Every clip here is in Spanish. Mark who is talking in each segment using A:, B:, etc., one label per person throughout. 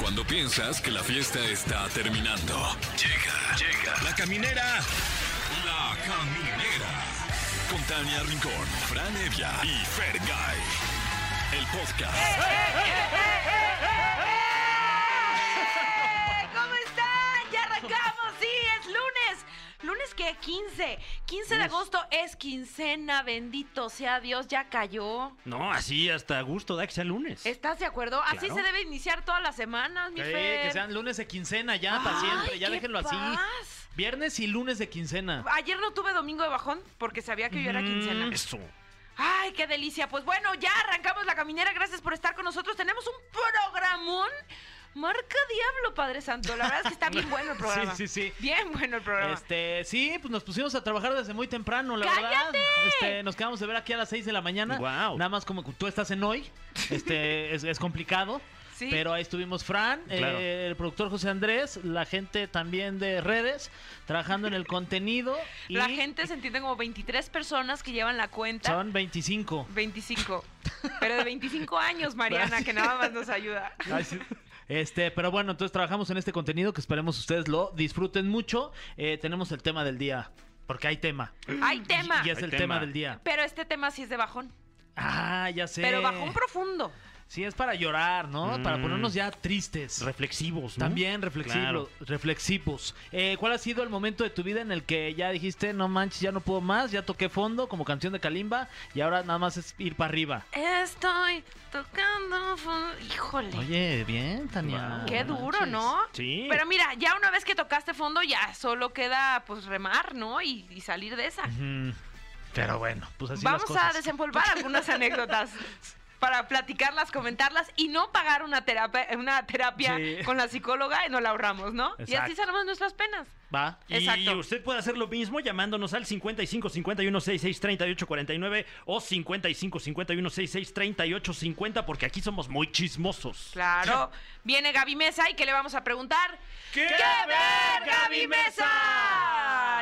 A: Cuando piensas que la fiesta está terminando. Llega, llega. La caminera. La caminera. Con Tania Rincón, Fran Evia y Fer El podcast.
B: ¿Cómo están? Ya arrancamos, sí, es lunes. ¿Lunes qué? 15. 15 de agosto es quincena, bendito sea Dios, ya cayó.
C: No, así hasta gusto da que sea lunes.
B: ¿Estás de acuerdo? Así
C: Claro.
B: se debe iniciar todas las semanas, mi
D: Sí,
B: Fer.
D: que sean lunes de quincena ya, para
B: Ay,
D: siempre, ya
B: qué
D: déjenlo así.
B: paz.
D: Viernes y lunes de quincena.
B: Ayer no tuve domingo de bajón porque sabía que yo era quincena.
C: Mm, Eso.
B: Ay, qué delicia. Pues bueno, ya arrancamos la caminera. Gracias por estar con nosotros. Tenemos un programón. Marca Diablo, Padre Santo. La verdad es que está bien bueno el programa.
D: Sí, sí, sí.
B: Bien bueno el programa.
D: Este, sí, pues nos pusimos a trabajar desde muy temprano, la verdad.
B: ¡Cállate!
D: Este, nos quedamos de ver aquí a las 6 de la mañana.
C: Guau.
D: Nada más como tú estás en hoy. Este, es, es complicado.
B: Sí.
D: Pero ahí estuvimos Fran,
C: Claro.
D: eh, el productor José Andrés, la gente también de redes, trabajando en el contenido. y
B: La gente se entiende como 23 personas que llevan la cuenta.
D: Son 25.
B: 25. Pero de 25 años, Mariana, que nada más nos ayuda.
D: Este, pero bueno, entonces trabajamos en este contenido que esperemos ustedes lo disfruten mucho. Eh, tenemos el tema del día, porque hay tema.
B: Hay tema.
D: Y es
C: Hay
D: el
C: tema.
D: tema. del día.
B: Pero este tema sí es de bajón.
D: Ah, ya sé.
B: Pero bajón profundo.
D: Sí, es para llorar, ¿no?
C: Mm.
D: Para ponernos ya tristes.
C: Reflexivos, ¿no?
D: También reflexivos.
C: Claro.
D: reflexivos. Eh, ¿Cuál ha sido el momento de tu vida en el que ya dijiste, no manches, ya no puedo más, ya toqué fondo como canción de Kalimba y ahora nada más es ir para arriba?
B: Estoy tocando. fondo. Híjole.
D: Oye, bien, Tania.
C: Wow.
B: Qué
D: no
B: duro,
D: manches.
B: ¿no?
C: Sí.
B: Pero mira, ya una vez que tocaste fondo, ya solo queda pues remar, ¿no? Y, y salir de esa.
D: Ujú. Mm. Pero bueno, pues así las
B: Vamos
D: cosas.
B: a desempolvar algunas anécdotas para platicarlas, comentarlas y no pagar una terapia, una terapia
D: Sí.
B: con la psicóloga y no la ahorramos, ¿no? Y así
C: Exacto.
B: sanamos nuestras penas.
D: Va.
C: Y
B: Exacto.
C: usted puede hacer lo mismo llamándonos al 55 51 66 38 49 o 55 51 66 38 50 porque aquí somos muy chismosos.
B: Claro. Viene Gaby Mesa y ¿qué le vamos a preguntar?
C: ¿Qué
B: ver, Gaby
C: Mesa?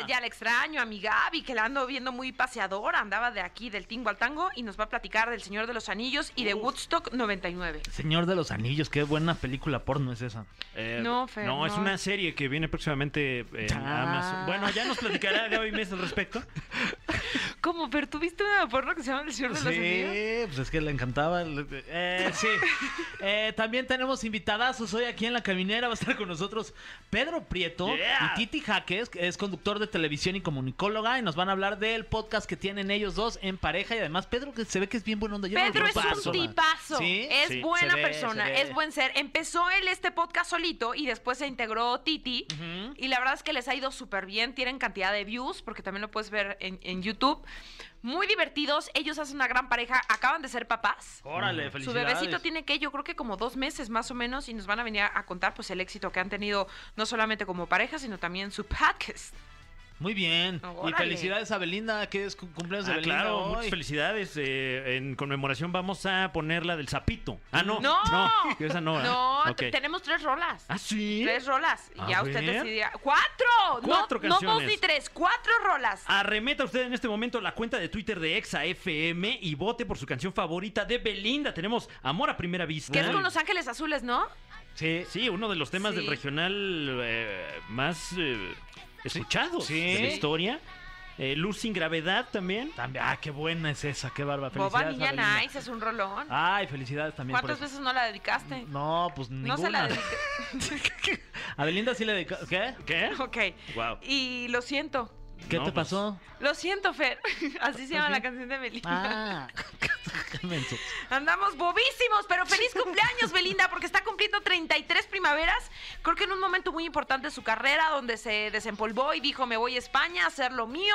B: Ya la extraño a mi Gaby, que la ando viendo muy paseadora. Andaba de aquí, del tingo al tango, y nos va a platicar del Señor de los Anillos y de Woodstock 99.
D: Señor de los Anillos, qué buena película porno es esa.
C: Eh,
B: No, Fer,
C: No, es
B: no.
C: una serie que viene próximamente en
D: Ah.
C: Amazon. Bueno, ya nos platicará Gaby Mesa al respecto.
B: ¿Cómo? ¿Pero tú viste una porno que se llama El Señor de los Anillos?
D: pues es que le encantaba. el- eh, sí. Eh, también tenemos invitadazos hoy aquí en la caminera. Va a estar con nosotros Pedro Prieto
C: Yeah.
D: y Titi Jaques, que es conductor de televisión y comunicóloga. Y nos van a hablar del podcast que tienen ellos dos en pareja. Y además, Pedro que se ve que es bien buena onda. Yo no lo
B: Pedro es
D: conozco en
B: un
D: persona.
B: tipazo,
D: ¿Sí?
B: es
C: Sí,
B: buena
D: se ve,
B: persona,
D: se ve.
B: es buen ser. Empezó él este podcast solito y después se integró Titi.
D: Ujú.
B: Y la verdad es que les ha ido súper bien. Tienen cantidad de views, porque también lo puedes ver en, en YouTube. Muy divertidos. Ellos hacen una gran pareja. Acaban de ser papás.
D: Órale,
B: Su
D: Oh, felicidades.
B: bebecito tiene que, yo creo que como dos meses más o menos, y nos van a venir a contar pues el éxito que han tenido no solamente como pareja, sino también su podcast.
D: Muy bien. Y
B: Órale.
D: felicidades a Belinda, que es cum- cumpleaños de
C: Ah,
D: Belinda.
C: claro,
D: hoy.
C: muchas felicidades. Eh, en conmemoración vamos a poner la del sapito. Ah, no.
B: ¡No!
C: esa
D: ¿eh?
C: no. ¿verdad?
B: No,
C: Ok.
B: te- tenemos tres rolas.
C: Ah, sí.
B: Tres rolas. Y
C: A
B: ya usted
C: ver.
B: decidirá. ¡Cuatro!
C: Cuatro
B: no, no dos
C: canciones.
B: ni tres, cuatro rolas.
C: Arremeta usted en este momento la cuenta de Twitter de Exa FM y vote por su canción favorita de Belinda. Tenemos Amor a Primera Vista.
B: que es con Los Ángeles Azules, ¿no?
D: Sí.
C: Sí, uno de los temas
B: Sí.
C: del regional eh, más eh, escuchados
D: Sí.
C: de la historia. Eh, Luz sin gravedad también.
D: También. Ah, qué buena es esa, qué barba.
B: Boba
D: Felicidades.
B: Niña
D: a Belinda.
B: Nice es un rolón.
D: Ay, felicidades también. por
B: ¿Cuántas
D: eso.
B: veces no la dedicaste?
D: No, pues ninguna.
B: No se la dediqué.
D: A Belinda sí le dedicó. ¿Qué?
C: ¿Qué?
B: ok.
C: Wow.
B: Y lo siento.
D: ¿Qué
C: No,
D: te
C: pues,
D: pasó?
B: Lo siento, Fer. Así se llama la canción de Belinda.
D: Ah, qué menso.
B: Andamos bobísimos, pero feliz cumpleaños, Belinda, porque está cumpliendo 33 primaveras. Creo que en un momento muy importante de su carrera, donde se desempolvó y dijo, me voy a España a hacer lo mío,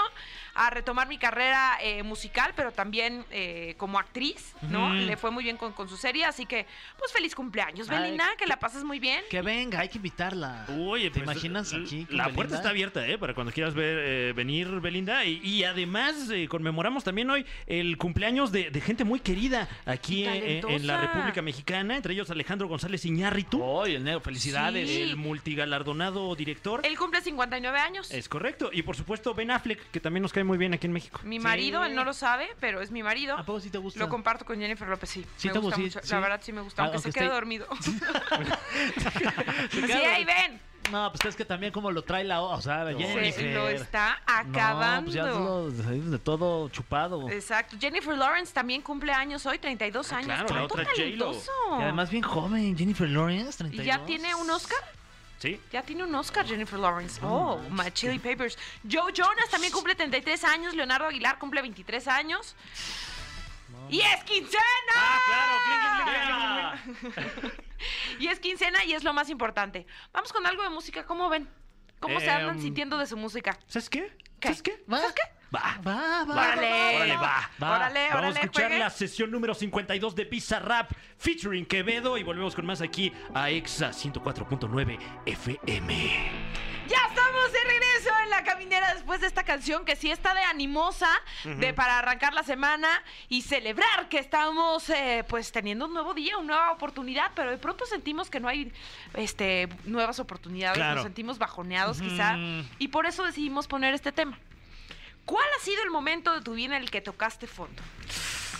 B: a retomar mi carrera eh, musical, pero también eh, como actriz, ¿no?
D: Ujú.
B: Le fue muy bien con, con su serie, así que, pues feliz cumpleaños,
D: Ay,
B: Belinda, que la pases muy bien.
D: Que venga, hay que invitarla.
C: Oye,
D: ¿te
C: pues,
D: imaginas
C: l-
D: aquí? con
C: La puerta
D: Belinda?
C: está abierta, ¿eh? Para cuando quieras ver eh, venir Belinda. Y, y además eh, conmemoramos también hoy el cumpleaños de, de gente muy querida aquí
B: Y
C: eh, en, la
B: talentosa. Oh.
C: República Mexicana, entre ellos Alejandro González Iñárritu,
D: Oye, el negro, felicidades.
B: Sí.
C: el multigalardonado director.
B: Él cumple 59 años.
C: Es correcto. Y por supuesto Ben Affleck, que también nos cae muy bien aquí en México.
B: Mi marido, él no lo sabe, pero es mi marido.
D: ¿A poco sí te gusta?
B: Lo comparto con Jennifer López, sí.
D: Sí
B: me
D: te
B: gusta
D: gusta,
B: mucho.
D: sí.
B: La verdad sí me gusta,
D: Ah,
B: aunque,
D: aunque
B: se quede
D: esté-
B: dormido.
D: Se
B: sí,
D: queda
B: ahí
D: dormido.
B: ven.
D: No, pues es que también como lo trae la... O sea, Jennifer.
B: Se lo está
D: No,
B: acabando.
D: pues ya lo- de todo chupado.
B: Exacto. Jennifer Lawrence también cumple años hoy, 32 años.
C: claro, la
B: ¡Cuánto
C: otra J-Lo.
B: talentoso!
D: Y además bien joven, Jennifer Lawrence, 32.
B: ¿Y ya tiene un Oscar?
C: Sí.
B: Ya tiene un Oscar Jennifer Lawrence. Oh, My Chili Papers. Joe Jonas también cumple 33 años. Leonardo Aguilar cumple 23 años. ¡Y es quincena!
C: Ah, claro.
B: Y es quincena y es lo más importante. Vamos con algo de música. ¿Cómo ven? ¿Cómo se andan
C: Em,
B: sintiendo de su música?
C: ¿Sabes qué?
B: ¿Qué?
C: ¿Sabes qué?
D: ¿Va?
B: ¿Sabes qué?
D: Va, va, va.
B: ¡Órale!
C: órale, va,
D: va.
B: ¡Órale,
C: Vamos
B: órale,
C: a escuchar
B: juegue.
C: la sesión número 52 de Pizza Rap featuring Quevedo y volvemos con más aquí a Exa 104.9 FM.
B: Ya estamos de regreso en la caminera después de esta canción que sí está de animosa, de para arrancar la semana y celebrar que estamos eh, pues teniendo un nuevo día, una nueva oportunidad, pero de pronto sentimos que no hay este nuevas oportunidades,
C: Claro.
B: nos sentimos bajoneados quizá y por eso decidimos poner este tema. ¿Cuál ha sido el momento de tu vida en el que tocaste fondo?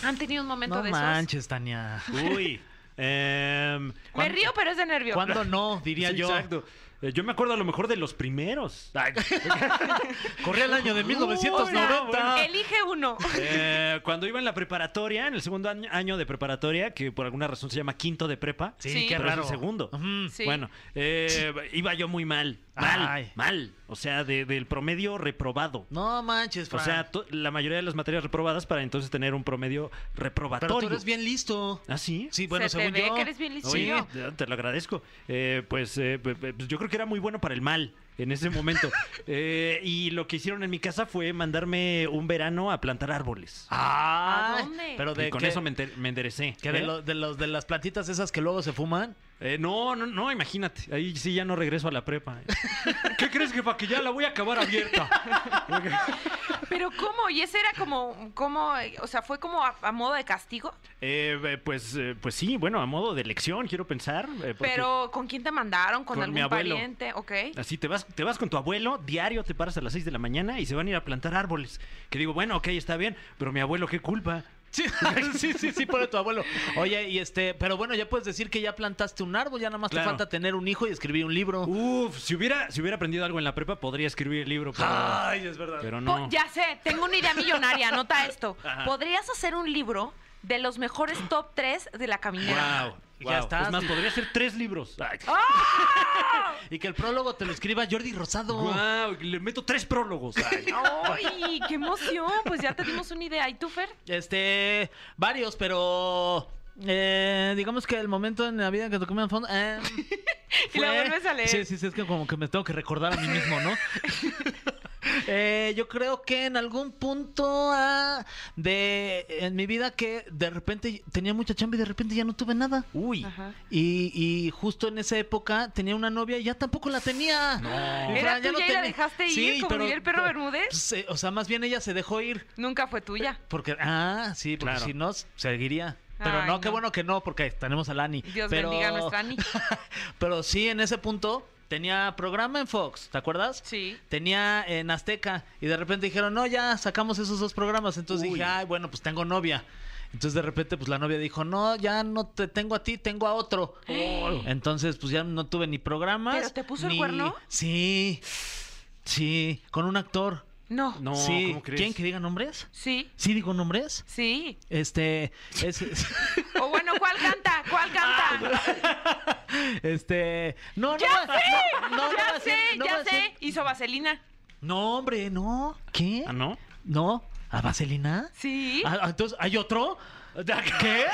B: ¿Han tenido un momento
D: No
B: de esos?
D: manches, Tania.
C: Uy. em,
B: Me
D: ¿Cuándo-
B: río, pero es de nervio.
D: ¿Cuándo no? Diría
C: sí,
D: yo.
C: Exacto. Eh, Yo me acuerdo a lo mejor de los primeros. Ay,
D: Corría el año de 1990.
C: Ah.
B: Elige uno.
C: eh, cuando iba en la preparatoria, en el segundo año, año de preparatoria, que por alguna razón se llama quinto de prepa.
D: Sí,
B: Sí.
D: qué
C: pero es el
D: raro.
C: segundo.
D: Ujú.
B: Sí.
C: Bueno, eh, iba yo muy mal. Mal.
D: Ay.
C: Mal. O sea, de- del promedio reprobado.
D: No manches,
C: O
D: Fran.
C: sea, to- la mayoría de las materias reprobadas para entonces tener un promedio
D: pero tú
C: reprobatorio.
D: eres bien listo.
C: ¿Ah, sí?
D: Sí, bueno,
B: Se te
D: según
B: ve
D: yo.
B: que eres bien
C: Oye,
B: listillo.
C: te- te lo agradezco. Eh, pues eh, pe- pe- pues yo creo que era muy bueno para el mal en ese momento. Eh, y lo que hicieron en mi casa fue mandarme un verano a plantar árboles.
D: Ah,
B: ¿A dónde?
D: pero de
C: y con
D: que-
C: eso me, enter- me enderecé.
D: que de,
C: ¿Eh?
D: lo- de los de las plantitas esas que luego se fuman.
C: Eh, no, no, no, imagínate. Ahí sí ya no regreso a la prepa. ¿Qué crees, jefa? Que ya la voy a acabar abierta.
B: Pero cómo, y ese era como, como, eh, o sea, fue como a, a modo de castigo,
C: Eh, eh, pues, eh, pues sí, bueno, a modo de lección, quiero pensar. eh, porque
B: pero ¿con quién te mandaron? ¿Con,
C: Con
B: algún
C: mi abuelo.
B: pariente? Ok.
D: Este,
C: Así te vas, te vas con tu abuelo, diario te paras a las 6 de la mañana y se van a ir a plantar árboles. Que digo, bueno, ok, está bien, pero mi abuelo, ¿qué culpa?
D: Sí, sí, sí, sí, por tu abuelo. Oye, y este, pero bueno, ya puedes decir que ya plantaste un árbol, ya nada más
C: Claro.
D: te falta tener un hijo y escribir un libro.
C: Uf, si hubiera, si hubiera aprendido algo en la prepa, podría escribir el libro, pero,
D: es verdad.
C: pero
B: Po-
C: no.
B: Ya sé, tengo una idea millonaria, anota esto. ¿Podrías hacer un libro de los mejores top 3 de la caminera?
C: Wow,
D: Ya
C: wow.
D: estás.
C: Es más, podría hacer tres libros. Ay,
D: Y que el prólogo te lo escriba Jordi
C: Oh.
D: Rosado.
C: guau, le meto tres prólogos. Ay, no.
B: ¡Ay, qué emoción! Pues ya te dimos una idea. ¿Y tú, Fer?
D: Este, varios, pero eh, digamos que el momento en la vida en que toqué en fondo. eh,
B: Y la vuelves a leer.
D: Sí, sí, sí, es que como que me tengo que recordar a mí mismo, ¿no? Eh, yo creo que en algún punto ah, de en mi vida que de repente tenía mucha chamba y de repente ya no tuve nada.
C: Uy.
B: Ajá.
D: Y, y justo en esa época tenía una novia y ya tampoco la tenía.
C: No.
D: Y
B: ¿Era
D: Fran,
B: tuya
D: ya
B: y la
D: tenía-
B: dejaste ir, como diría el perro Bermúdez?
D: pues, eh, o sea, más bien ella se dejó ir.
B: Nunca fue tuya.
D: Porque, ah, sí, porque
C: Claro.
D: si no, s- seguiría. Pero
B: Ay,
D: no, qué
B: no.
D: bueno que no, porque tenemos a Lani.
B: Dios
D: pero...
B: bendiga a nuestra Ani.
D: pero sí, en ese punto tenía programa en Fox, ¿te acuerdas?
B: Sí.
D: Tenía en Azteca y de repente dijeron, no, ya sacamos esos dos programas. Entonces
C: Uy.
D: dije, ay, bueno, pues tengo novia. Entonces de repente pues la novia dijo, no, ya no te tengo a ti, tengo a otro.
C: Oh.
D: Entonces pues ya no tuve ni programas.
B: ¿Pero te puso el
D: ni-
B: cuerno?
D: Sí, sí, con un actor.
B: No.
C: No,
D: sí.
C: ¿cómo crees?
D: ¿Quieren que diga nombres?
B: Sí.
D: Sí, digo nombres.
B: Sí.
D: Este, es-
B: O bueno, ¿cuál canta? ¿Cuál
D: Ah,
B: canta?
D: este, no, no,
B: ¡Ya
D: va-
B: sé!
D: no, no va
B: ya
D: a ser-
B: sé,
D: no va
B: ya
D: a ser-
B: sé. Hizo vaselina.
D: No, hombre, no, ¿qué?
C: ¿Ah, no?
D: No, ¿a Vaselina?
B: Sí.
D: Ah, ah, entonces, ¿hay otro? ¿Qué?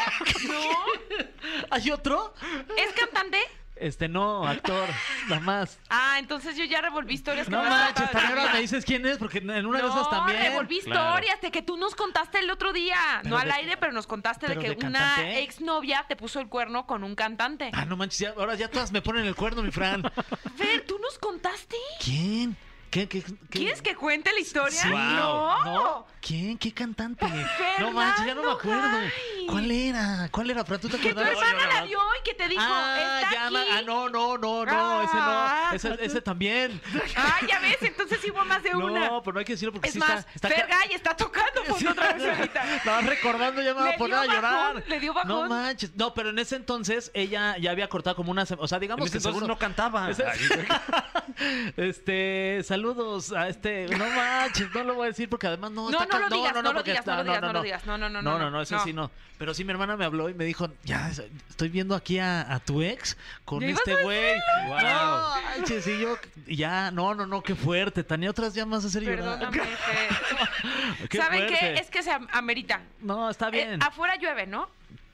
B: No.
D: ¿Hay otro?
B: ¿Es cantante?
D: Este, no, actor, nada más.
B: Ah, entonces yo ya revolví historias. que
D: No
B: me han
D: manches,
B: contado de
D: también
B: la
D: ahora me
B: vida.
D: dices quién es, porque en una de
B: no,
D: esas también.
B: revolví
C: Claro.
B: historias de que tú nos contaste el otro día.
D: Pero
B: no al
D: de-
B: aire, pero nos contaste de
D: pero
B: que
D: de
B: una
D: cantante.
B: exnovia te puso el cuerno con un cantante.
D: Ah, no manches, ya- ahora ya todas me ponen el cuerno, mi Fran.
B: Fer, ¿tú nos contaste?
D: ¿Quién? ¿Qué, qué, qué?
B: ¿Quieres que cuente la historia?
C: Sí. Wow.
B: No.
D: No. ¿Quién? ¿Qué cantante? no
B: Fernando
D: manches, ya no me acuerdo.
B: Gay.
D: ¿Cuál era? ¿Cuál era? Pero tú te
B: Que tu
D: acordabas.
B: hermana la vio y que te dijo,
D: ah,
B: está
D: ya,
B: aquí.
D: ma- ah, no, no, no, no,
B: Ah.
D: ese no, ese, ese también.
B: Ah, ya ves, entonces sí hubo más de una.
D: No, pero no hay que decirlo porque
B: es
D: sí
B: más,
D: está, está ca-
B: Fergay está tocando fondo
D: Sí.
B: otra vez ahorita.
D: Estaba recordando,
B: Le
D: ya me va a
B: dio
D: poner a
B: bajón,
D: llorar.
B: le dio bajón.
D: No manches. No, pero en ese entonces ella ya había cortado como una. se- O sea, digamos que
C: Viste, según
D: entonces-
C: no cantaba.
D: Ese-
C: Ay,
D: este, saludos a este. No manches, no lo voy a decir porque además no.
B: No,
D: está
B: no
D: cal-
B: lo digas, no lo
D: porque
B: digas,
D: está-
B: no lo digas, no lo digas. No, no, no, no,
D: No,
B: no.
D: no, no, eso
B: No.
D: sí no. Pero sí, mi hermana me habló y me dijo: Ya, estoy viendo aquí a, a tu ex con
B: ¿Ya ibas
D: este
B: a
D: güey.
C: Wow.
D: No, manches, y yo, ya, no, no, no, qué fuerte. Tania, otras ya más hacer llorar.
B: Perdóname, Fer.
D: Qué
B: ¿Saben qué?
D: fuerte.
B: Es que se am- amerita.
D: No, está
B: Eh,
D: bien.
B: afuera llueve, ¿no?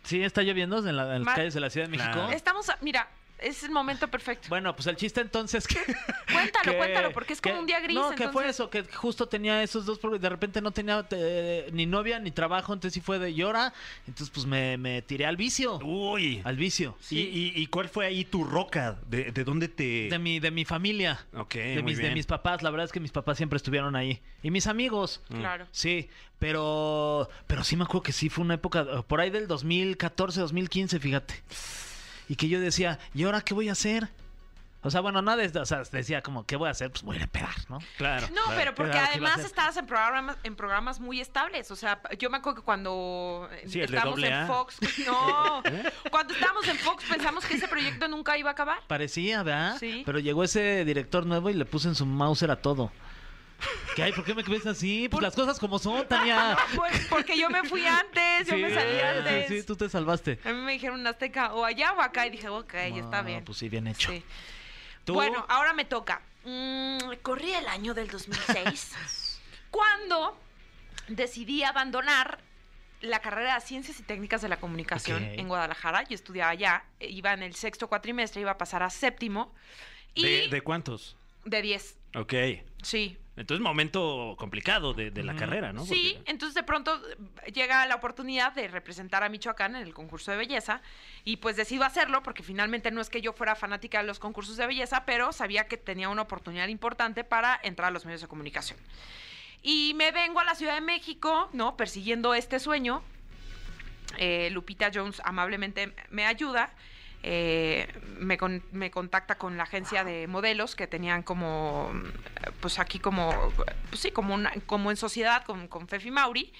D: Sí, está lloviendo en, la- en las
B: Mar-
D: calles de la Ciudad de México.
C: Claro.
B: Estamos, a- mira, es el momento perfecto.
D: Bueno, pues el chiste entonces que...
B: Cuéntalo, cuéntalo, porque es como
D: que-
B: un día gris,
D: No, que fue
B: entonces-
D: eso, que justo tenía esos dos problemas. De repente no tenía eh, ni novia ni trabajo, entonces sí fue de llora. Entonces pues me, me tiré al vicio.
C: Uy.
D: Al vicio.
C: ¿Y, y, y cuál fue ahí tu roca? ¿De, de dónde te...?
D: De mi, de mi familia.
C: Ok,
D: de,
C: muy
D: mis, de
C: bien.
D: mis papás, la verdad es que mis papás siempre estuvieron ahí. Y mis amigos.
C: Mm.
B: Claro.
D: Sí, pero pero sí me acuerdo que sí fue una época eh, por ahí del 2014, 2015, fíjate. Y que yo decía, ¿y ahora qué voy a hacer? O sea, bueno, nada, de- o sea, decía como, ¿qué voy a hacer? Pues voy a ir a pedar, ¿no?
C: Claro.
B: No,
C: claro.
B: pero porque
D: claro, ¿qué iba
B: además
D: a hacer?
B: estabas en programas, en programas muy estables. O sea, yo me acuerdo que cuando eh,
C: Sí, el de
B: estábamos
C: doble
B: en
C: A.
B: Fox, no, cuando estábamos en Fox pensamos que ese proyecto nunca iba a acabar.
D: Parecía, ¿verdad?
B: Sí.
D: Pero llegó ese director nuevo y le puso en su mouser a todo. ¿Qué hay? ¿Por qué me ves así? Pues
B: Por-
D: las cosas como son, Tania.
B: Pues porque yo me fui antes, yo me salí antes.
D: sí, sí, tú te salvaste.
B: A mí me dijeron Azteca o allá o acá y dije, ok, está
D: Ah,
B: bien.
D: Pues sí, bien hecho.
B: Sí.
D: ¿Tú?
B: Bueno,
C: ah,
B: ahora me toca. Mm, corrí el año del 2006 cuando decidí abandonar la carrera de Ciencias y Técnicas de la Comunicación
D: Ok.
B: en Guadalajara. Yo estudiaba allá, eh, iba en el sexto cuatrimestre, iba a pasar a séptimo y
C: ¿De, de cuántos?
B: de 10.
C: Ok.
B: Sí,
C: Entonces, momento complicado de, de la
D: Ujú.
C: carrera, ¿no?
B: Sí,
C: Porque-
B: entonces de pronto eh, llega la oportunidad de representar a Michoacán en el concurso de belleza y pues decido hacerlo porque finalmente no es que yo fuera fanática de los concursos de belleza, pero sabía que tenía una oportunidad importante para entrar a los medios de comunicación. Y me vengo a la Ciudad de México, ¿no? Persiguiendo este sueño. Eh, Lupita Jones amablemente me ayuda. Eh, me, con- me contacta con la agencia de modelos que tenían como, eh, pues aquí como, pues sí, como, una- como en sociedad con, con Fefi Mauri.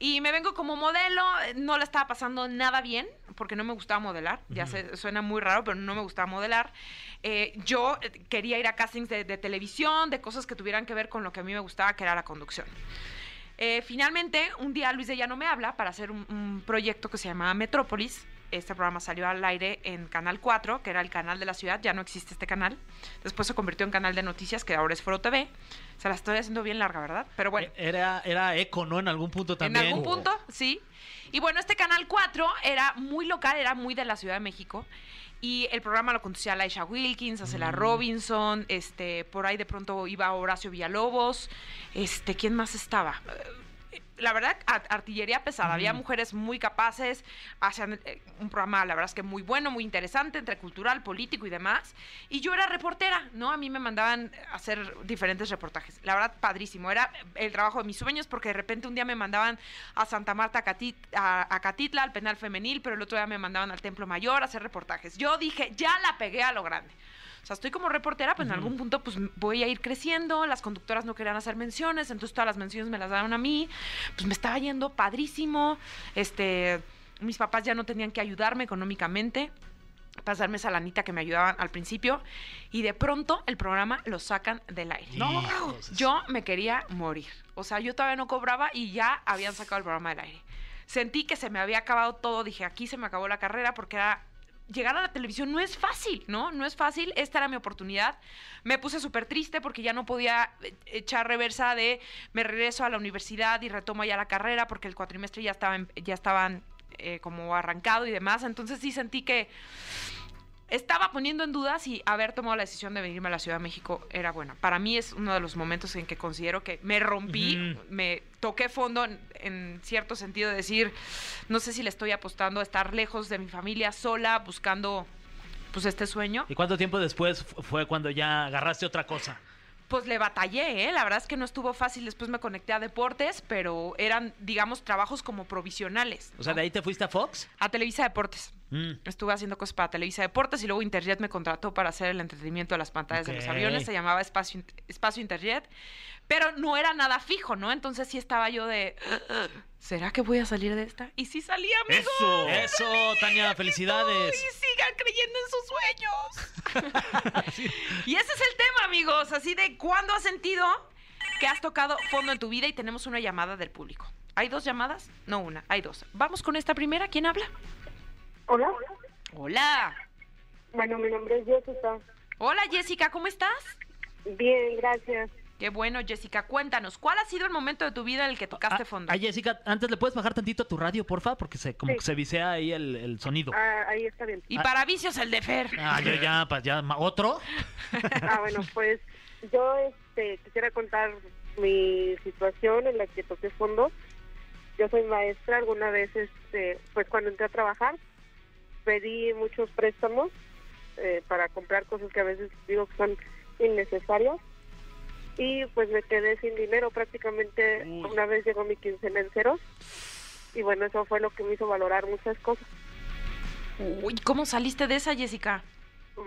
B: Y me vengo como modelo, eh, no la estaba pasando nada bien, porque no me gustaba modelar, ya sé, suena muy raro, pero no me gustaba modelar. Eh, yo eh, quería ir a castings de, de televisión, de cosas que tuvieran que ver con lo que a mí me gustaba, que era la conducción. Eh, finalmente, un día Luis de Llano me habla para hacer un, un proyecto que se llamaba Metrópolis. Este programa salió al aire en Canal 4, que era el canal de la ciudad, ya no existe este canal. Después se convirtió en canal de noticias, que ahora es Foro TV. Se la estoy haciendo bien larga, ¿verdad? Pero
D: Eh,
B: bueno.
D: E-, Era, era eco, ¿no? En algún punto también.
B: En algún punto, sí. Y bueno, este Canal 4 era muy local, era muy de la Ciudad de México. Y el programa lo conducía Laisha Wilkins,
D: Mm.
B: Acela Robinson, este, por ahí de pronto iba Horacio Villalobos. Este, ¿quién más estaba? Eh, La verdad, a- artillería pesada. Había mujeres muy capaces, hacían eh, un programa, la verdad es que muy bueno, muy interesante, entre cultural, político y demás. Y yo era reportera, ¿no? A mí me mandaban a hacer diferentes reportajes. La verdad, padrísimo. Era el trabajo de mis sueños porque de repente un día me mandaban a Santa Marta, a, Cati- a- a Catitla, al penal femenil, pero el otro día me mandaban al Templo Mayor a hacer reportajes. Yo dije, ya la pegué a lo grande. O sea, estoy como reportera, pero en algún punto pues m- voy a ir creciendo, las conductoras no querían hacer menciones, entonces todas las menciones me las daban a mí, pues me estaba yendo padrísimo, este, mis papás ya no tenían que ayudarme económicamente, pasarme esa lanita que me ayudaban al principio, y de pronto el programa lo sacan del aire.
D: No,
B: Yo me quería morir. O sea, yo todavía no cobraba y ya habían sacado el programa del aire. Sentí que se me había acabado todo. Dije, aquí se me acabó la carrera porque era... Llegar a la televisión no es fácil, ¿no? No es fácil. Esta era mi oportunidad. Me puse súper triste porque ya no podía eh, echar reversa de me regreso a la universidad y retomo ya la carrera porque el cuatrimestre ya, estaba en- ya estaban eh, como arrancado y demás. Entonces sí sentí que estaba poniendo en duda si haber tomado la decisión de venirme a la Ciudad de México era buena. Para mí es uno de los momentos en que considero que me rompí,
D: Ujú.
B: me toqué fondo en, en cierto sentido de decir, no sé si le estoy apostando a estar lejos de mi familia, sola, buscando pues este sueño.
D: ¿Y cuánto tiempo después fu- fue cuando ya agarraste otra cosa?
B: pues le batallé, ¿eh? La verdad es que no estuvo fácil, después me conecté a deportes, pero eran, digamos, trabajos como provisionales.
D: O sea,
B: ¿no?
D: de ahí te fuiste a Fox.
B: A Televisa Deportes.
D: Mm.
B: Estuve haciendo cosas para Televisa Deportes y luego Interjet me contrató para hacer el entretenimiento de las pantallas de los
D: Ok.
B: aviones. Se llamaba Espacio, Int- Espacio Interjet. Pero no era nada fijo, ¿no? Entonces sí estaba yo de. "Ah, ¿Será que voy a salir de esta? Y sí salí, amigos.
C: ¡Eso!
D: Eso, Tania,
B: ¡Ay,
D: felicidades.
B: sigan creyendo en sus sueños! y ese es el tema, amigos. Así de cuándo has sentido que has tocado fondo en tu vida y tenemos una llamada del público. ¿Hay dos llamadas? No, una, hay dos. Vamos con esta primera. ¿Quién habla?
E: Hola,
B: Hola.
E: bueno, mi nombre es Jessica.
B: Hola Jessica, ¿cómo estás?
E: Bien, gracias.
B: Qué bueno, Jessica. Cuéntanos, ¿cuál ha sido el momento de tu vida en el que tocaste
D: Ah,
B: fondo?
D: ah, Jessica, antes le puedes bajar tantito a tu radio, porfa, porque se, como
E: Sí.
D: que se visea ahí el, el sonido.
E: Ah, ahí está bien.
B: y para vicios el de Fer.
D: Ah, yo ya, pa- ya, ma- otro.
E: Ah, bueno, pues yo este, quisiera contar mi situación en la que toqué fondo. Yo soy maestra, alguna vez, este, pues cuando entré a trabajar, pedí muchos préstamos eh, para comprar cosas que a veces digo que son innecesarias. Y pues me quedé sin dinero prácticamente.
C: Uy.
E: Una vez llegó mi quincena en ceros. Y bueno, eso fue lo que me hizo valorar muchas cosas.
B: Uy, ¿cómo saliste de esa, Jessica?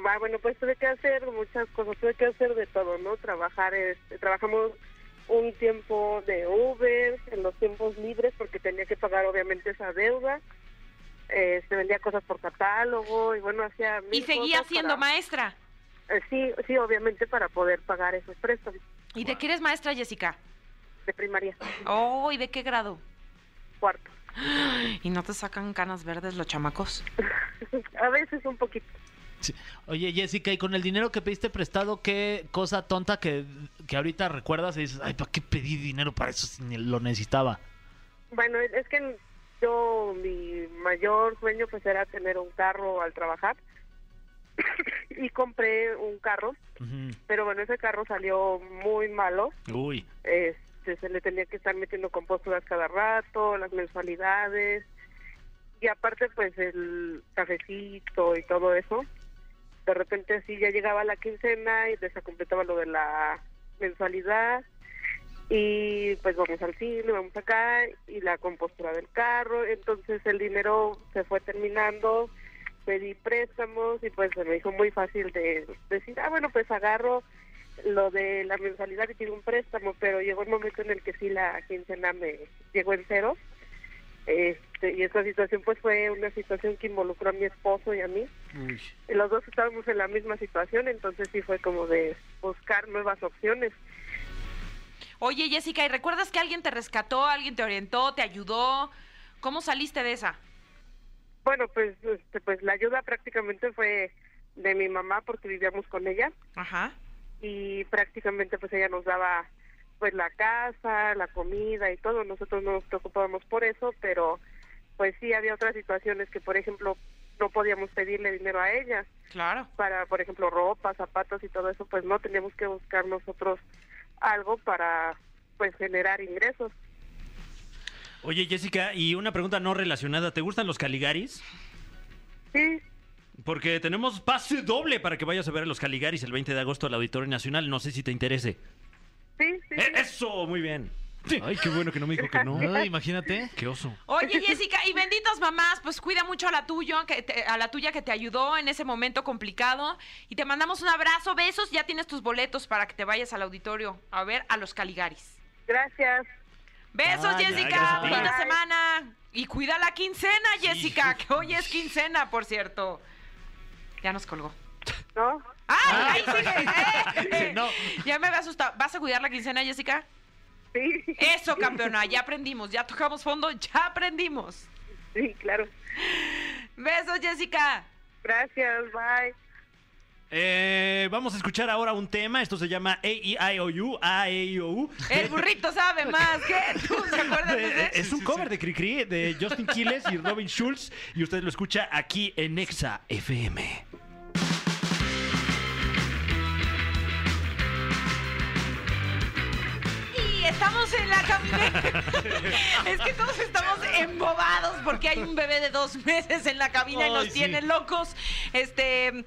E: Va, bueno, pues tuve que hacer muchas cosas, tuve que hacer de todo, ¿no? Trabajar, este, trabajamos un tiempo de Uber, en los tiempos libres, porque tenía que pagar obviamente esa deuda. Eh, se vendía cosas por catálogo y bueno, hacía...
B: Y
E: mil
B: seguía
E: cosas
B: siendo
E: para-
B: maestra.
E: Eh, sí, sí, obviamente para poder pagar esos préstamos
B: ¿Y de qué eres maestra, Jessica?
E: de primaria,
B: Oh, ¿y de qué grado?
E: cuarto.
B: ¿Y no te sacan canas verdes los chamacos?
E: A veces un poquito.
D: Sí. Oye, Jessica, y con el dinero que pediste prestado, ¿qué cosa tonta que, que ahorita recuerdas y dices, ay, ¿para qué pedí dinero para eso si ni lo necesitaba?
E: Bueno, es que yo, mi mayor sueño pues era tener un carro al trabajar. y compré un carro
D: Ujú.
E: pero bueno, ese carro salió muy malo.
C: Uy.
E: Este, se le tenía que estar metiendo composturas cada rato, las mensualidades. Y aparte, pues el cafecito y todo eso. De repente, sí, ya llegaba la quincena y desacompletaba lo de la mensualidad. Y pues vamos al cine, vamos acá, y la compostura del carro. Entonces, el dinero se fue terminando. Pedí préstamos y pues se me hizo muy fácil de decir, ah, bueno, pues agarro lo de la mensualidad y pido un préstamo, pero llegó el momento en el que sí la quincena me llegó en cero. Este, y esa situación pues fue una situación que involucró a mi esposo y a mí.
C: Uy.
E: Y los dos estábamos en la misma situación, entonces sí fue como de buscar nuevas opciones.
B: Oye, Jessica, ¿y recuerdas que alguien te rescató, alguien te orientó, te ayudó? ¿Cómo saliste de esa?
E: Bueno, pues este, pues la ayuda prácticamente fue de mi mamá porque vivíamos con ella
B: Ajá.
E: y prácticamente pues ella nos daba pues la casa, la comida y todo, nosotros no nos preocupábamos por eso, pero pues sí había otras situaciones que por ejemplo no podíamos pedirle dinero a ella
B: Claro.
E: para por ejemplo ropa, zapatos y todo eso, pues no teníamos que buscar nosotros algo para pues generar ingresos.
C: Oye, Jessica, y una pregunta no relacionada. ¿Te gustan los Caligaris?
E: Sí,
C: Porque tenemos pase doble para que vayas a ver a los Caligaris el 20 de agosto al Auditorio Nacional. No sé si te interese.
E: sí, sí.
C: ¡Eh, ¡Eso! Muy bien. Ay, qué bueno que no me dijo que no.
D: Ay, imagínate.
C: Qué oso.
B: Oye, Jessica, y benditos mamás, pues cuida mucho a la tuya, que te- a la tuya que te ayudó en ese momento complicado. Y te mandamos un abrazo, besos, ya tienes tus boletos para que te vayas al auditorio a ver a los Caligaris.
E: Gracias.
B: Besos,
D: Ay,
B: Jessica,
C: gracias a ti.
B: buena
E: Bye.
B: semana. Y cuida la quincena, Jessica, que hoy es quincena, por cierto. Ya nos colgó.
E: ¿No?
B: ¡Ay, ahí sigue! ¡Eh, eh!
D: Sí, Ah. no.
B: Ya me había asustado. ¿Vas a cuidar la quincena, Jessica?
E: Sí.
B: Eso, campeona, ya aprendimos, ya tocamos fondo, ya aprendimos.
E: Sí, claro.
B: Besos, Jessica.
E: Gracias, bye.
C: Eh, vamos a escuchar ahora un tema. Esto se llama E AEIOU. AEIOU.
B: El burrito sabe más que tú, ¿se acuerdan de
C: Eh,
B: ese?
C: Es un cover de Cricri de Justin Quiles y Robin Schulz. Y usted lo escucha aquí en Exa FM.
B: Y estamos en la cabina. es que todos estamos embobados porque hay un bebé de dos meses en la cabina y nos
C: Ay, sí.
B: tiene locos. Este,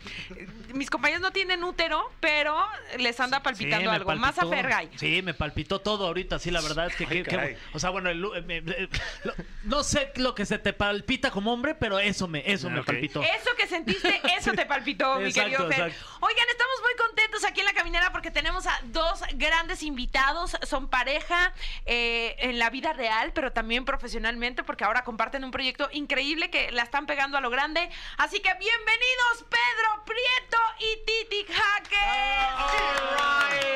B: mis compañeros no tienen útero, pero les anda palpitando
D: me
B: algo. Más a
D: palpitó.
B: Fergay.
D: Sí, me palpitó todo ahorita, sí, la verdad es que... que- que-
F: caray.
D: o sea, bueno, el- eh, me- eh, lo- no sé lo que se te palpita como hombre, pero eso me, eso me
C: Ok.
D: palpitó.
B: Eso que sentiste, eso te palpitó, mi
D: Exacto,
B: querido Fer.
D: exacto.
B: Oigan, estamos muy contentos aquí en La Caminera porque tenemos a dos grandes invitados. Son pareja eh, en la vida real, pero también profesionalmente, porque ahora comparten un proyecto increíble que la están pegando a lo grande. Así que bienvenidos, Pedro Prieto y Titi
C: Ah,
B: Jaque.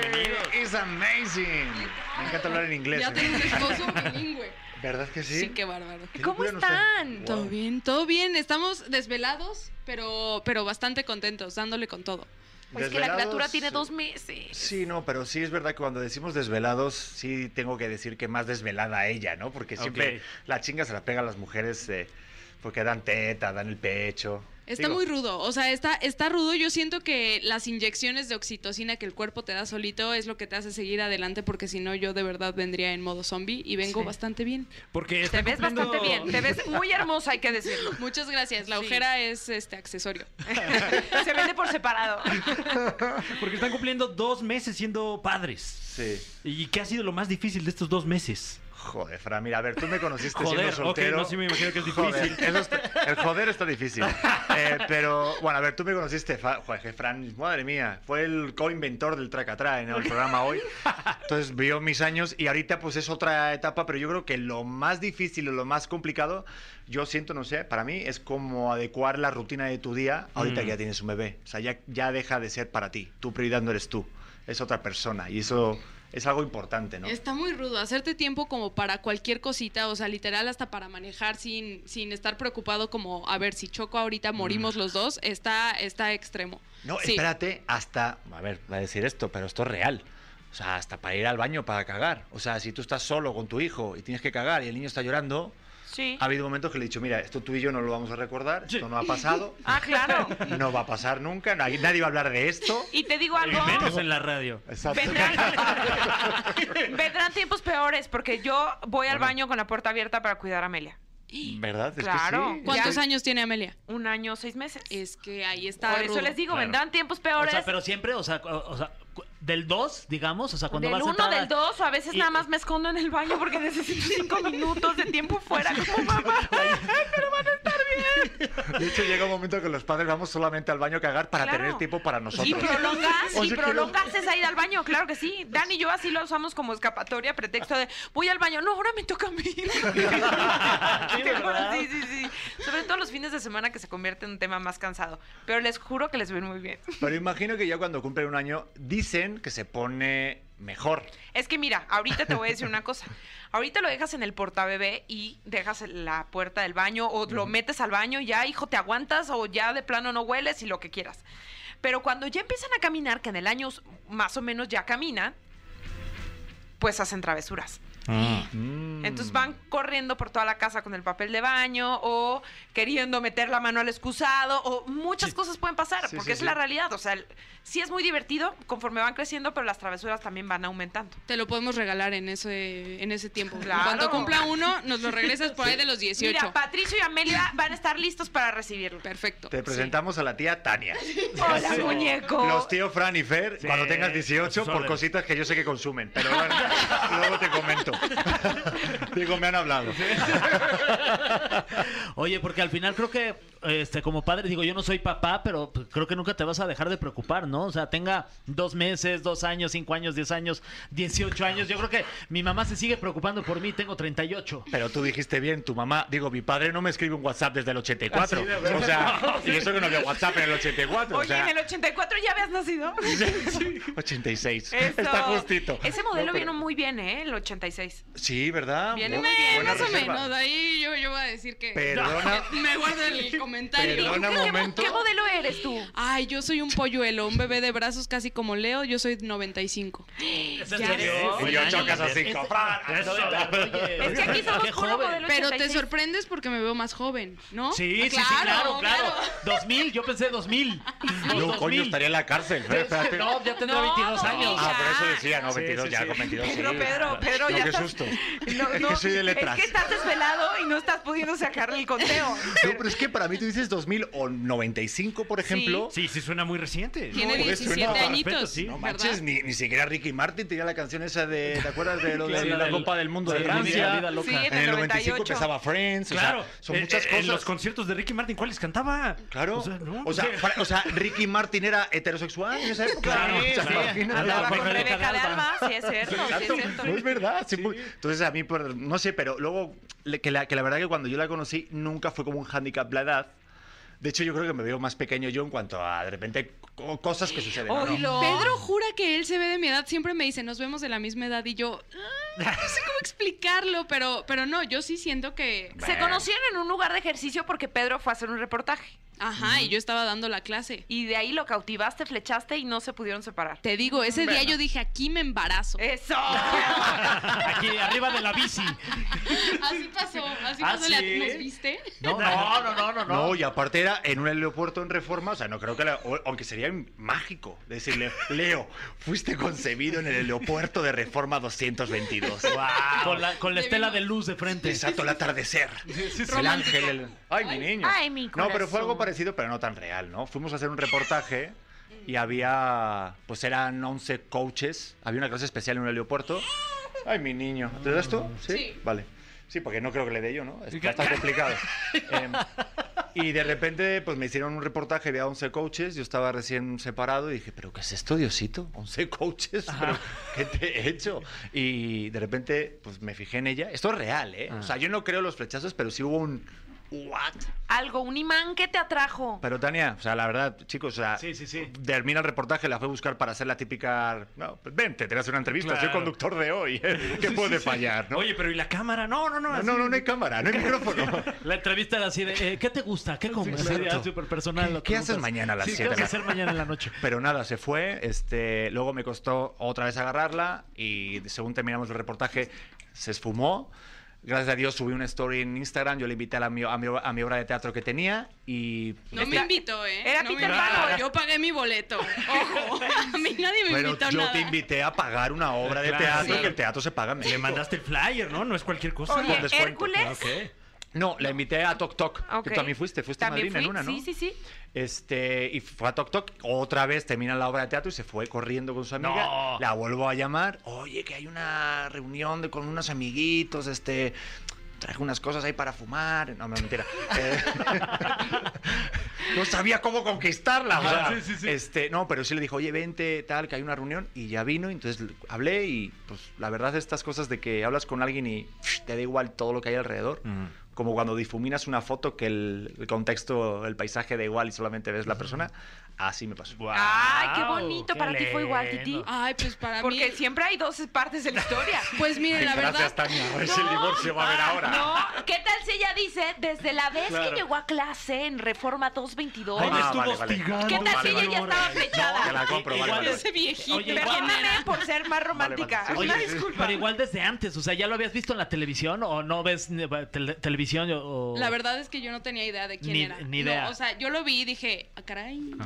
F: Bienvenido. It's amazing. Me encanta hablar en inglés.
G: Ya
F: ¿eh?
G: tengo un esposo bilingüe.
F: ¿Verdad que sí?
G: Sí, qué bárbaro.
F: ¿Qué
B: ¿Cómo
F: locura nos traen?
B: están?
F: Wow.
G: Todo bien, todo bien. Estamos desvelados, pero, pero bastante contentos, dándole con todo.
B: Pues es que la criatura
F: Desvelados,
B: tiene
F: sí.
B: dos meses.
F: Sí, no, pero sí es verdad que cuando decimos desvelados, sí tengo que decir que más desvelada ella, ¿no? Porque siempre
C: Ok.
F: la chinga se la pega a las mujeres eh, porque dan teta, dan el pecho.
G: Está
F: Digo,
G: muy rudo, o sea, está, está rudo. Yo siento que las inyecciones de oxitocina que el cuerpo te da solito es lo que te hace seguir adelante, porque si no, yo de verdad vendría en modo zombie y vengo
B: Sí.
G: bastante bien.
C: Porque
B: Te
C: está
B: ves
C: cumpliendo-
B: bastante bien, te ves muy hermosa, hay que decirlo.
G: Muchas gracias. La
B: Sí.
G: ojera es este accesorio.
B: Se vende por separado.
C: Porque están cumpliendo dos meses siendo padres.
F: Sí.
C: ¿Y qué ha sido lo más difícil de estos dos meses?
F: Joder, Fran, mira, a ver, tú me conociste
C: Joder,
F: Este, siendo
C: ok,
F: soltero.
C: no, sí me imagino que es
F: Joder,
C: difícil.
F: eso está- el joder está difícil. Eh, pero, bueno, a ver, tú me conociste, fa- joder, que Fran, madre mía, fue el co-inventor del Tracatrá en el programa hoy. Entonces vio mis años y ahorita pues es otra etapa, pero yo creo que lo más difícil o lo más complicado, yo siento, no sé, para mí es como adecuar la rutina de tu día ahorita
C: Mm.
F: que ya tienes un bebé. O sea, ya, ya deja de ser para ti. Tu prioridad no eres tú, es otra persona y eso es algo importante, ¿no?
G: Está muy rudo, hacerte tiempo como para cualquier cosita, o sea, literal hasta para manejar sin, sin estar preocupado como, a ver, si choco ahorita morimos los dos, está, está extremo.
F: Mm. No,
G: Sí.
F: espérate, hasta. A ver, va a decir esto, pero esto es real. O sea, hasta para ir al baño para cagar. O sea, si tú estás solo con tu hijo y tienes que cagar y el niño está llorando,
B: Sí.
F: ha habido momentos que le he dicho, mira, esto tú y yo no lo vamos a recordar,
C: Sí.
F: esto no ha pasado,
B: Ah, claro.
F: no va a pasar nunca, nadie, nadie va a hablar de esto.
B: Y te digo algo.
C: Menos en la radio.
F: Exacto.
B: Vendrán, vendrán tiempos peores porque yo voy al baño con la puerta abierta para cuidar a Amelia.
F: ¿Verdad? Es
B: Claro.
F: que sí.
G: ¿Cuántos
B: Ya.
G: años tiene Amelia?
B: Un año, seis meses.
G: Es que ahí está.
B: Por eso
G: rudo.
B: les digo,
C: Claro.
B: vendrán tiempos
D: O
B: peores.
D: sea, pero siempre, o sea, cu- o sea, cu- del 2, digamos, o sea, cuando
B: del
D: vas a
B: uno,
D: entrar a-
B: del dos, o a veces
D: y-
B: nada más me escondo en el baño porque necesito cinco minutos de tiempo fuera como mamá.
F: De hecho, llega un momento que los padres vamos solamente al baño a cagar para
B: Claro.
F: tener tiempo para nosotros.
B: Y prolongas,
F: Oye,
B: y
F: quiero-
B: prolongas esa ida al baño, claro que sí. Dan y yo así lo usamos como escapatoria, pretexto de voy al baño, no, ahora me toca a mí. Te juro,
D: ¿verdad?
B: sí, sí, sí. Sobre todo los fines de semana que se convierte en un tema más cansado. Pero les juro que les ven muy bien.
F: Pero imagino que ya cuando cumplen un año, dicen que se pone mejor.
B: Es que mira, ahorita te voy a decir una cosa. Ahorita lo dejas en el portabebé y dejas la puerta del baño o lo metes al baño, y ya hijo te aguantas o ya de plano no hueles y lo que quieras. Pero cuando ya empiezan a caminar, que en el año s- más o menos ya caminan, pues hacen travesuras.
F: Ah.
B: Mm. Entonces van corriendo por toda la casa con el papel de baño o queriendo meter la mano al excusado o muchas cosas pueden pasar
F: Sí,
B: porque
F: sí,
B: es
F: sí.
B: la realidad. O sea, el- sí es muy divertido conforme van creciendo, pero las travesuras también van aumentando.
G: Te lo podemos regalar en ese, en ese tiempo.
B: Claro.
G: Cuando cumpla uno, nos lo regresas por ahí de los 18.
B: Mira, Patricio y Amelia van a estar listos para recibirlo.
G: Perfecto.
F: Te
G: sí.
F: presentamos a la tía Tania.
B: Hola, muñeco.
F: Los tíos Fran y Fer,
C: Sí,
F: cuando tengas
C: a sus
F: 18, por
C: órdenes.
F: cositas que yo sé que consumen. Pero bueno, luego te comento. Digo, me han hablado.
D: Oye, porque al final creo que, este, como padre, digo, yo no soy papá, pero pues, creo que nunca te vas a dejar de preocupar, ¿no? O sea, tenga dos meses, dos años, cinco años, diez años, dieciocho años. Yo creo que mi mamá se sigue preocupando por mí, tengo 38.
F: Pero tú dijiste bien, tu mamá, digo, mi padre no me escribe un WhatsApp desde el 84.
C: Ah,
F: o sea, y eso que no había WhatsApp en el 84.
B: Oye,
F: o sea,
B: en el 84 ya habías nacido.
F: 86.
B: Eso.
F: Está justito.
B: Ese modelo
F: No, pero-
B: vino muy bien, ¿eh? El 86.
F: Sí, ¿verdad?
B: Viene
F: Muy
B: muy bien,
F: buena
G: Eh, Más o
F: reserva.
G: menos, ahí yo, yo voy a decir que
F: Perdona.
G: me guardo el comentario.
F: Perdona,
B: ¿Qué,
F: momento.
B: qué modelo eres tú?
G: Ay, yo soy un polluelo, un bebé de brazos casi como Leo, yo soy 95.
D: ¿Es en
G: Ya
D: serio?
G: sé.
F: Y yo chocas así, con Fran.
D: Oye,
B: Es que aquí somos
D: qué
B: puro
D: joven.
B: modelo
G: Pero te
B: 86.
G: sorprendes porque me veo más joven, ¿no?
D: Sí, sí, sí, claro, claro. 2000, yo pensé 2000.
F: No, coño, estaría en la cárcel. Fer, espérate.
D: No, ya tendrá
B: No,
D: 22
B: no,
D: años.
F: Ah, por eso
B: Ya.
F: decía, no,
C: Sí,
F: 22
C: sí,
F: ya,
C: sí.
F: con 22 sí.
B: Pedro, Pedro, Pedro,
F: No,
B: ya
F: qué
B: estás-
F: susto.
B: No,
F: es
B: no,
F: que soy de letras.
B: Es que estás desvelado y no estás pudiendo sacarle el conteo.
F: No, pero es que para mí tú dices 2000 o 95, por ejemplo.
C: Sí, sí, suena muy reciente.
G: Tiene
F: No, pues,
G: 17
F: no, respeto,
G: añitos.
C: sí.
F: No
G: ¿verdad?
F: manches, ni, ni siquiera Ricky Martin tenía la canción esa de, ¿te acuerdas de, lo de
D: Claro,
F: la,
D: la del-
F: Copa del Mundo
D: sí,
F: de
D: la
F: Francia?
D: vida loca.
B: Sí, en
F: en
B: el
F: el 95
B: 98.
F: empezaba Friends, o sea,
C: Claro,
F: son
C: eh,
F: muchas
C: eh,
F: cosas.
C: En los conciertos de Ricky Martin, ¿cuáles cantaba?
F: Claro.
C: O sea, no,
F: o, sea, fra- o sea, Ricky Martin era heterosexual en esa época.
C: Claro,
F: O sea,
C: claro.
F: imagínate.
B: Andaba con
C: Rebeca de
B: Rebeca de
C: Alba.
B: Alba, sí es cierto, sí es
F: Exacto,
B: cierto.
F: no es verdad. sí, pues, Entonces a mí, por- no sé, pero luego, le- que la, que la verdad que cuando yo la conocí nunca fue como un hándicap la edad. De hecho, yo creo que me veo más pequeño yo en cuanto a, de repente, co- cosas que suceden. ¿no?
B: Oílo.
G: Pedro jura que él se ve de mi edad. Siempre me dice, nos vemos de la misma edad. Y yo, "Ah, no sé cómo explicarlo, pero, pero no, yo sí siento que.
B: Se conocieron en un lugar de ejercicio porque Pedro fue a hacer un reportaje.
G: Ajá, y yo estaba dando la clase.
B: Y de ahí lo cautivaste, flechaste y no se pudieron separar.
G: Te digo, ese día yo dije, aquí me embarazo.
B: ¡Eso!
D: Aquí, arriba de la bici.
G: Así pasó, así
D: ¿Ah,
G: pasó. ¿la-
D: sí?
G: ¿Nos viste?
D: No, no, no, no, no.
F: No, y aparte era en un aeropuerto en reforma, o sea, no creo que, la- o- aunque sería mágico decirle, Leo, fuiste concebido en el aeropuerto de reforma 222.
C: Ah,
D: Con la, con la
G: Te
D: estela
G: vimos.
D: de luz de frente.
F: Exacto, el atardecer. El ángel. el- Ay, mi niño.
B: Ay, mi
F: No, pero fue
B: corazón.
F: algo parecido, pero no tan real, ¿no? Fuimos a hacer un reportaje y había, pues eran 11 coaches. Había una clase especial en un aeropuerto. Ay, mi niño. ¿Te das tú? ¿Sí?
G: Sí.
F: Vale. Sí, porque no creo que le dé yo, ¿no? Está, está complicado. Em, y de repente, pues me hicieron un reportaje, había 11 coaches, yo estaba recién separado y dije, ¿pero qué es esto, Diosito? ¿11 coaches? ¿Pero ¿Qué te he hecho? Y de repente, pues me fijé en ella. Esto es real, ¿eh?
B: Ah.
F: O sea, yo no creo los flechazos, pero sí hubo un... ¿What?
B: Algo, un imán que te atrajo.
F: Pero Tania, o sea, la verdad, chicos, o sea,
C: Sí, sí, sí.
F: termina el reportaje, la fue a buscar para hacer la típica... No, pues ven, te tenés una entrevista, soy
C: Claro.
F: conductor de hoy, que puede fallar, ¿no?
C: Oye, pero ¿y la cámara? No, no, no.
F: no,
C: así-
F: no, no, no hay cámara, no hay micrófono.
D: La entrevista era así de, eh, ¿qué te gusta? ¿Qué comes?
F: exacto.
D: Era súper personal.
F: ¿Qué-
D: lo
F: qué haces
D: preguntas.
F: mañana a las
D: Sí, ¿Qué
F: siete
D: vas a
F: de la-
D: hacer mañana en la noche?
F: Pero nada, se fue. Este, luego me costó otra vez agarrarla y según terminamos el reportaje se esfumó. Gracias a Dios subí una story en Instagram. Yo le invité a, la- a mi, a mi- a mi obra de teatro que tenía y. este,
G: No me invitó, ¿eh?
B: Era
G: no me
B: Peter
G: invitó.
B: Pan.
G: Yo pagué mi boleto. Ojo, a mí nadie me
F: Pero
G: invitó
F: yo
G: nada.
F: te invité a pagar una obra de
C: Claro,
F: teatro
G: sí.
F: que el teatro se paga. en
C: Le
F: México.
C: mandaste el flyer, ¿no? No es cualquier cosa.
F: con
B: Oye,
F: descuento.
B: Hércules.
F: No, la invité a Tok Tok.
B: Ok.
F: Que tú a mí fuiste, fuiste
B: También
F: madrina Este en
B: fui,
F: una, ¿no?
B: Sí, sí, sí.
F: Este, y fue a Tok Tok, otra vez termina la obra de teatro y se fue corriendo con su amiga.
C: No.
F: La vuelvo a llamar. Oye, que hay una reunión de- con unos amiguitos, este. Traje unas cosas ahí para fumar. No, no, mentira. Eh, no sabía cómo conquistarla. o sea,
C: Ajá, sí, sí, sí.
F: Este, no, pero sí le dijo, oye, vente, tal, que hay una reunión. Y ya vino, entonces l- hablé y pues la verdad estas cosas de que hablas con alguien y pff, te da igual todo lo que hay alrededor. Como cuando difuminas una foto que el, el contexto, el paisaje da igual y solamente ves la persona. Así me pasó.
B: Ay, qué bonito. Para ti fue igual, Titi. Ah,
G: Ay, pues para
B: Porque
G: mí.
B: siempre hay dos partes de la historia.
G: Pues miren, la verdad.
F: Gracias, Tania. A ver si Pues el divorcio va a haber ahora.
B: Ah, No, ¿qué tal si ella dice desde la vez
C: Claro.
B: que llegó a clase en Reforma 222?
C: Ay, me
F: Ah,
C: estuvo
F: vale, vale.
C: hostigando.
B: ¿Qué tal si
F: vale,
B: ella ya
F: vale.
B: estaba flechada?
F: Te eh. la compro, vale,
C: Igual
F: vale.
G: Ese viejito.
C: Oye, igual-
B: Perdóname por ser más
F: vale.
B: romántica.
F: Sí,
B: Una
F: sí, sí.
B: disculpa.
D: Pero igual desde antes, o sea, ¿ya lo habías visto en la televisión o no ves ni- tele- televisión? O...
G: La verdad es que yo no tenía idea de quién
D: Ni-
G: era.
D: ni
G: No,
D: idea.
G: o sea, yo lo vi y dije, ah, caray.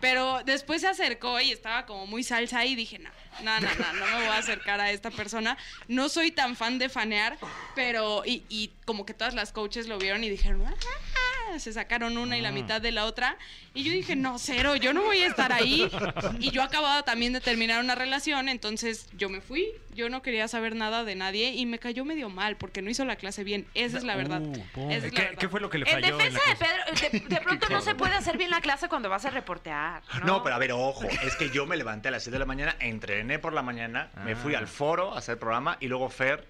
G: Pero después se acercó y estaba como muy salsa y dije, no, no, no, no, no me voy a acercar a esta persona. No soy tan fan de fanear, pero. Y, y como que todas las coaches lo vieron y dijeron, "Ah", se sacaron una y la mitad de la otra. Y yo dije, no, cero, yo no voy a estar ahí. Y yo acababa también de terminar una relación, entonces yo me fui. Yo no quería saber nada de nadie y me cayó medio mal porque no hizo la clase bien. Esa es la verdad.
D: Uh, pum.
G: Esa es la
C: ¿Qué,
G: verdad.
C: qué fue lo que le
B: En
C: falló?
B: defensa
C: la
B: de
C: clase?
B: Pedro, de, de pronto no se puede hacer bien la clase cuando vas a reportear. No,
F: No, pero a ver, ojo, es que yo me levanté a las 7 de la mañana, entrené por la mañana, me
B: Ah.
F: fui al foro a hacer programa y luego Fer,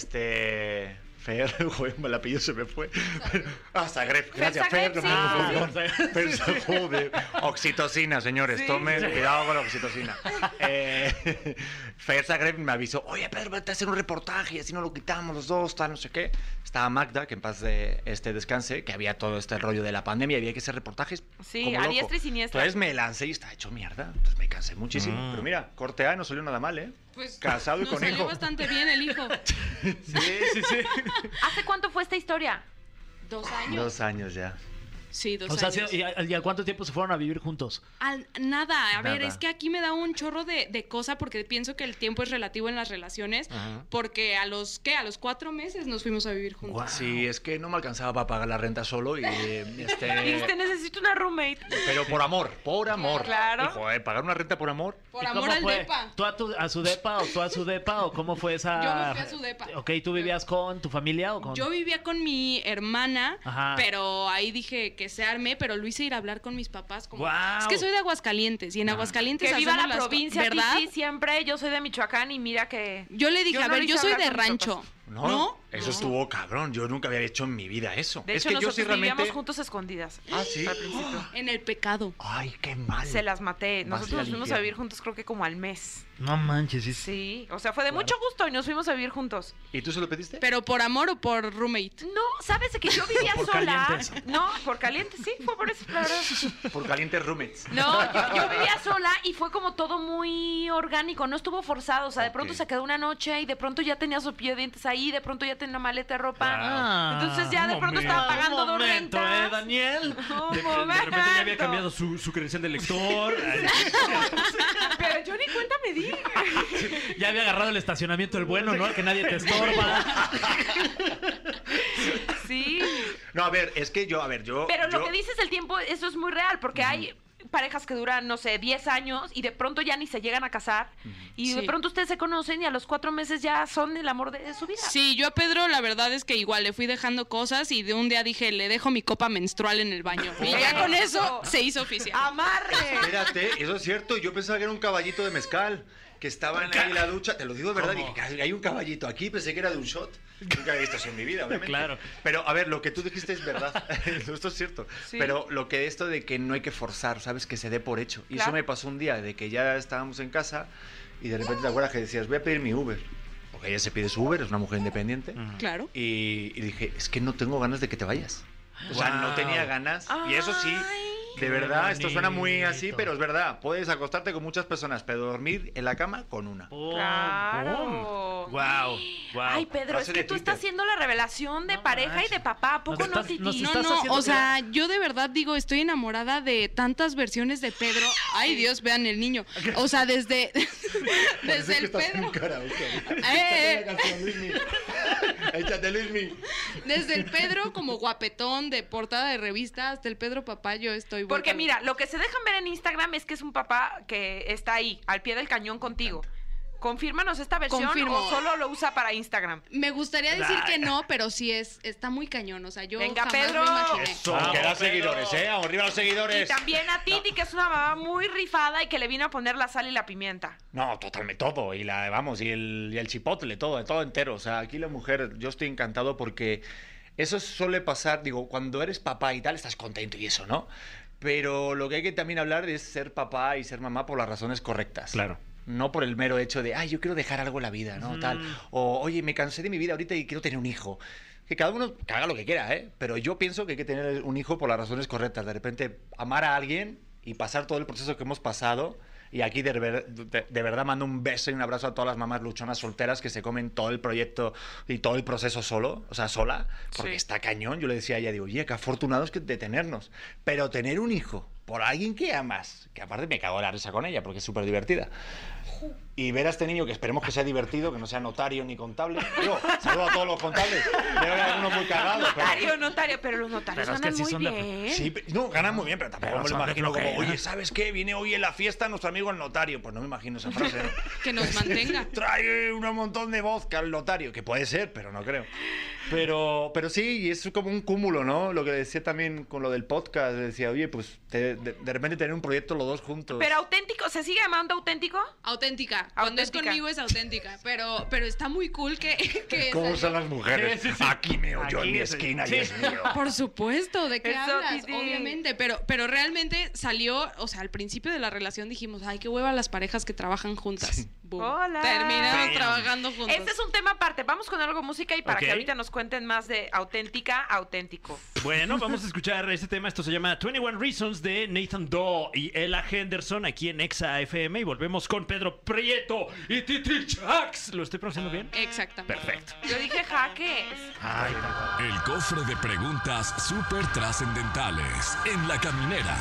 F: este. Fer, joder, el apellido se me fue. Ah, Zagreb, gracias,
B: Zagreb,
F: Fer, no
B: sí,
F: me
B: sí,
F: confundí con- Fer, se- joder. Oxitocina, señores, tomen cuidado con la oxitocina. Eh, Fer Zagreb me avisó, oye, Pedro, vete a hacer un reportaje y así no lo quitamos los dos, tal, no sé qué. Estaba Magda, que en paz de este descanse, que había todo este rollo de la pandemia y había que hacer reportajes.
B: Sí,
F: como
B: a
F: loco.
B: diestra y siniestra.
F: Entonces me lancé y estaba hecho mierda. Entonces me cansé muchísimo. Pero mira, corte A no salió nada mal, ¿eh?
G: Pues,
F: Casado y
G: nos
F: con
G: salió
F: hijo.
G: bastante bien el hijo.
B: ¿Hace cuánto fue esta historia?
G: Dos años.
F: Dos años ya.
G: Sí, dos
D: O sea,
G: años.
D: sí, ¿y a, y a cuánto tiempo se fueron a vivir juntos?
G: Al- nada, a ver,
F: Nada.
G: es que aquí me da un chorro de, de cosa porque pienso que el tiempo es relativo en las relaciones, porque a los, ¿qué? A los cuatro meses nos fuimos a vivir juntos.
F: Sí, es que no me alcanzaba para pagar la renta solo y
B: Y dijiste,
F: este.
B: necesito una roommate.
F: Pero por amor, por amor.
B: Claro.
F: Y, joder, pagar una renta por amor.
G: Por
D: ¿Y
G: amor
D: cómo
G: al
D: fue?
G: depa.
D: ¿Tú a, tu- a su depa o tú a su depa o cómo fue esa...?
G: Yo me fui a su depa.
D: Ah, Ok, ¿tú vivías con tu familia o con...?
G: Yo vivía con mi hermana,
D: Ajá.
G: pero ahí dije que se arme, pero lo hice ir a hablar con mis papás. Como,
C: ¡Guau!
G: Es que soy de Aguascalientes y en Aguascalientes
B: Que viva
G: hacemos
B: la
G: las co-
B: provincia,
G: ¿verdad?
B: ¿verdad? siempre. Yo soy de Michoacán y mira que...
G: Yo le dije,
B: Yo
G: a
B: no
G: ver,
B: lo
G: yo
B: hice
G: soy
B: hablar
G: de
B: con mis
G: rancho.
B: papás.
F: No,
G: ¿No?
F: Eso estuvo cabrón. Yo nunca había hecho en mi vida eso.
B: De
F: es
B: hecho,
F: que yo
B: nosotros
F: sí realmente.
B: vivíamos juntos a escondidas.
F: Ah, sí.
B: Al principio.
G: En el pecado.
F: Ay, qué mal.
B: Se las maté.
F: Vas a ir
B: Nosotros nos
F: al
B: fuimos a vivir
F: infierno.
B: juntos creo que como al mes.
D: No manches, sí.
B: Sí, o sea, fue de mucho gusto y nos fuimos a vivir juntos.
F: ¿Y tú se lo pediste?
G: ¿Pero por amor o por roommate?
B: No, sabes de que yo vivía
D: Por
B: sola.
D: calientes.
B: No, por caliente, sí, fue por eso, la verdad.
F: Por calientes roommates.
B: No, yo, yo vivía sola y fue como todo muy orgánico, no estuvo forzado. O sea, de pronto
F: Ok.
B: se quedó una noche y de pronto ya tenía su pie de dientes ahí, de pronto ya tenía una maleta de ropa.
D: Ah,
B: Entonces ya de
C: un
B: pronto estaba
C: momento,
B: pagando
D: un
B: dos
D: momento,
B: rentas.
D: ¿eh, Daniel?
B: Un
C: De, de repente ya había
B: momento.
C: cambiado su, su credencial de lector. Ay,
B: Pero yo ni cuenta me di.
D: Ya había agarrado el estacionamiento el bueno, ¿no? Que nadie te estorba.
B: Sí.
F: No, a ver, es que yo, a ver, yo.
B: Pero lo
F: yo-
B: que dices el tiempo, eso es muy real, porque hay parejas que duran, no sé, 10 años y de pronto ya ni se llegan a casar y de
G: Sí.
B: pronto ustedes se conocen y a los cuatro meses ya son el amor de su vida.
G: Sí, yo a Pedro la verdad es que igual le fui dejando cosas y de un día dije, le dejo mi copa menstrual en el baño. Y ya con eso se hizo oficial.
B: Ah. Amarre.
F: Espérate, eso es cierto. Yo pensaba que era un caballito de mezcal que estaba en ahí en la ducha. Te lo digo de verdad.
C: ¿Cómo?
F: Dije, "Ay, hay un caballito aquí. Pensé que era de un shot. Nunca había visto eso en mi vida, obviamente.
C: Claro.
F: Pero a ver, lo que tú dijiste es verdad. esto es cierto.
B: Sí.
F: Pero lo que esto de que no hay que forzar, ¿sabes? Que se dé por hecho. Y
B: Claro.
F: eso me pasó un día de que ya estábamos en casa y de repente te acuerdas que decías, voy a pedir mi Uber. Porque ella se pide su Uber, es una mujer independiente.
G: Claro.
F: Y, y dije, es que no tengo ganas de que te vayas. O sea,
C: Wow.
F: no tenía ganas. Y eso sí,
B: Ay.
F: de
D: Qué
F: verdad, esto suena muy
D: bonito.
F: así, pero es verdad. Puedes acostarte con muchas personas, pero dormir en la cama con una.
C: ¡pum,
B: Claro.
C: pum! ¡Guau! ¡Guau!
B: Ay, Pedro, es
F: Frase
B: que
F: de
B: tú
F: Twitter.
B: estás haciendo la revelación de pareja y de papá. ¿A poco
D: Nos
B: no,
D: estás-
B: Titi?
D: nos
G: No,
D: estás
G: no,
D: haciendo
G: o sea, yo de verdad digo, estoy enamorada de tantas versiones de Pedro. Ay, Dios, vean el niño. O sea, desde, desde el Pedro. Eh, eh,
F: Échate, Luismi.
G: desde el Pedro como guapetón de portada de revista hasta el Pedro papá, yo estoy vuelta
B: Porque
G: loca.
B: mira, lo que se dejan ver en Instagram es que es un papá que está ahí, al pie del cañón contigo. Confírmanos esta versión
G: Confirmo.
B: o solo lo usa para Instagram.
G: Me gustaría decir que no, pero sí es, está muy cañón. O sea, yo
B: Venga,
G: jamás
B: Pedro.
G: me imaginé.
F: Son que da seguidores, ¿eh? Arriba los
B: Y
F: seguidores.
B: también a Titi, que es una mamá muy rifada y que le vino a poner la sal y la pimienta.
F: No, totalmente todo. Y la, vamos, y el, y el chipotle, todo, todo entero. O sea, aquí la mujer, yo estoy encantado porque eso suele pasar, digo, cuando eres papá y tal, estás contento y eso, ¿no? Pero lo que hay que también hablar es ser papá y ser mamá por las razones correctas.
C: Claro.
F: No por el mero hecho de, ay, yo quiero dejar algo en la vida, ¿no? Tal. O, oye, me cansé de mi vida ahorita y quiero tener un hijo. Que cada uno que haga lo que quiera, ¿eh? Pero yo pienso que hay que tener un hijo por las razones correctas. De repente, amar a alguien y pasar todo el proceso que hemos pasado. Y aquí de, ver- de- de verdad mando un beso y un abrazo a todas las mamás luchonas solteras que se comen todo el proyecto y todo el proceso solo, o sea, sola, porque
B: Sí.
F: está cañón. Yo le decía a ella, digo, oye, qué afortunados que de tenernos. Pero tener un hijo por alguien que amas, que aparte me cago en la risa con ella porque es súper divertida y ver a este niño que esperemos que sea divertido, que no sea notario ni contable. Digo, saludo a todos los contables. Debe haber algunos muy cagados. pero-
B: Notario, ¿eh? notario, pero los notarios
D: Pero es que
B: ganan
D: sí
B: muy
D: son de-
B: bien.
F: Sí, pe- no, ganan muy bien, pero tampoco
D: Pero
F: me lo
D: son de
F: imagino como,
D: flojera.
F: oye, ¿sabes qué? Viene hoy en la fiesta nuestro amigo el notario. Pues no me imagino esa frase. ¿no?
G: Que nos mantenga.
F: Trae un montón de vodka al notario, que puede ser, pero no creo. Pero, pero sí, y es como un cúmulo, ¿no? Lo que decía también con lo del podcast, decía, oye, pues te- de, de repente tener un proyecto los dos juntos.
B: Pero auténtico, ¿se sigue llamando auténtico?
G: Auténtica. Cuando es
B: Auténtica.
G: conmigo es auténtica. Pero, pero está muy cool que. que
F: ¿Cómo
G: salga-
F: son las mujeres?
C: Sí, sí, sí.
F: Aquí me oyó
C: Aquí
F: en mi
C: es-
F: esquina
C: sí.
F: y es mío.
G: Por supuesto, ¿de qué
B: Eso,
G: hablas?
B: Titi.
G: Obviamente, pero, pero realmente salió, o sea, al principio de la relación dijimos, ay, qué hueva las parejas que trabajan juntas. Boom.
B: Hola.
G: Terminamos
B: Bam.
G: trabajando juntas.
B: Este es un tema aparte. Vamos con algo música y para
C: Ok.
B: que ahorita nos cuenten más de auténtica, auténtico.
C: Bueno, vamos a escuchar este tema. Esto se llama 21 Reasons de Nathan Doe y Ella Henderson aquí en Exa FM. Y volvemos con Pedro Prieto Prieto y Titi Chax. ¿Lo estoy pronunciando bien?
G: Exactamente.
C: Perfecto.
B: Yo dije jaques.
A: El cofre de preguntas súper trascendentales en la caminera.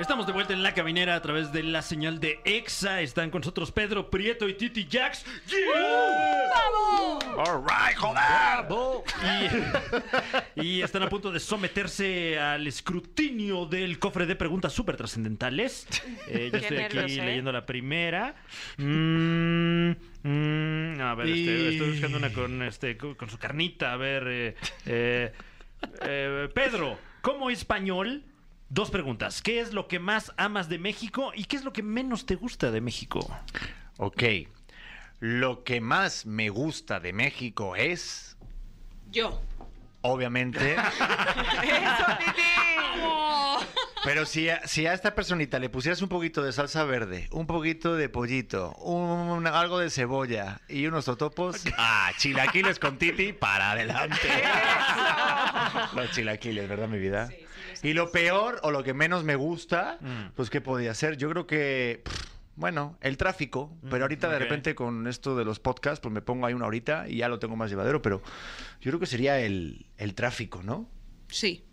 C: Estamos de vuelta en la caminera a través de la señal de EXA. Están con nosotros Pedro Prieto y Titi Jax. ¡Yeah!
F: All right, joder.
C: Oh, Y, y están a punto de someterse al escrutinio del cofre de preguntas súper trascendentales. Eh, yo
B: Qué
C: estoy aquí
B: nervios, ¿eh?
C: leyendo la primera. Mm, mm, a ver, este,
D: Y-
C: estoy buscando una con, este, con con su carnita. A ver, eh, eh, eh, Pedro, como español, dos preguntas. ¿Qué es lo que más amas de México y qué es lo que menos te gusta de México?
F: Ok. Lo que más me gusta de México es,
G: Yo.
F: obviamente,
B: Eso, Titi.
F: pero si a, si a esta personita le pusieras un poquito de salsa verde, un poquito de pollito, un, algo de cebolla y unos totopos, ah, chilaquiles con Titi, para adelante. Los chilaquiles, ¿verdad, mi vida? y lo peor o lo que menos me gusta,
C: Mm.
F: pues, ¿qué podía ser? Yo creo que, pff, bueno, el tráfico, pero ahorita
C: ok.
F: de repente con esto de los podcasts, pues me pongo ahí una horita y ya lo tengo más llevadero, pero yo creo que sería el, el tráfico, ¿no?
G: Sí.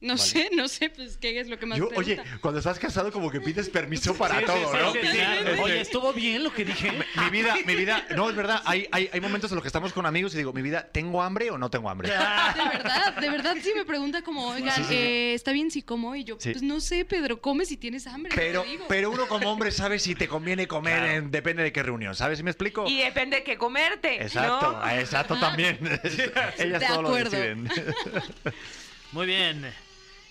G: No sé, no sé, pues qué es lo que más
F: Yo,
G: te
F: oye,
G: gusta?
F: cuando estás casado como que pides permiso para
C: Sí, sí,
F: todo,
C: sí,
F: ¿no?
C: sí, sí.
F: Este,
D: Oye, ¿estuvo bien lo que dije?
F: mi vida, mi vida, no, es verdad, hay, hay, hay momentos en los que estamos con amigos y digo, mi vida, ¿tengo hambre o no tengo hambre?
G: Ah, De verdad, de verdad sí me pregunta como, oigan, eh, ¿está bien si como? Y yo,
F: Sí.
G: pues no sé, Pedro, come si tienes hambre. te
F: Pero,
G: digo.
F: pero uno como hombre sabe si te conviene comer, en- depende de qué reunión, ¿sabes si me explico?
B: Y depende de qué comerte.
F: Exacto,
B: ¿no?
F: ah, exacto también. Ellas
G: De
F: todo lo
G: acuerdo.
F: deciden. Eh,
D: Muy bien.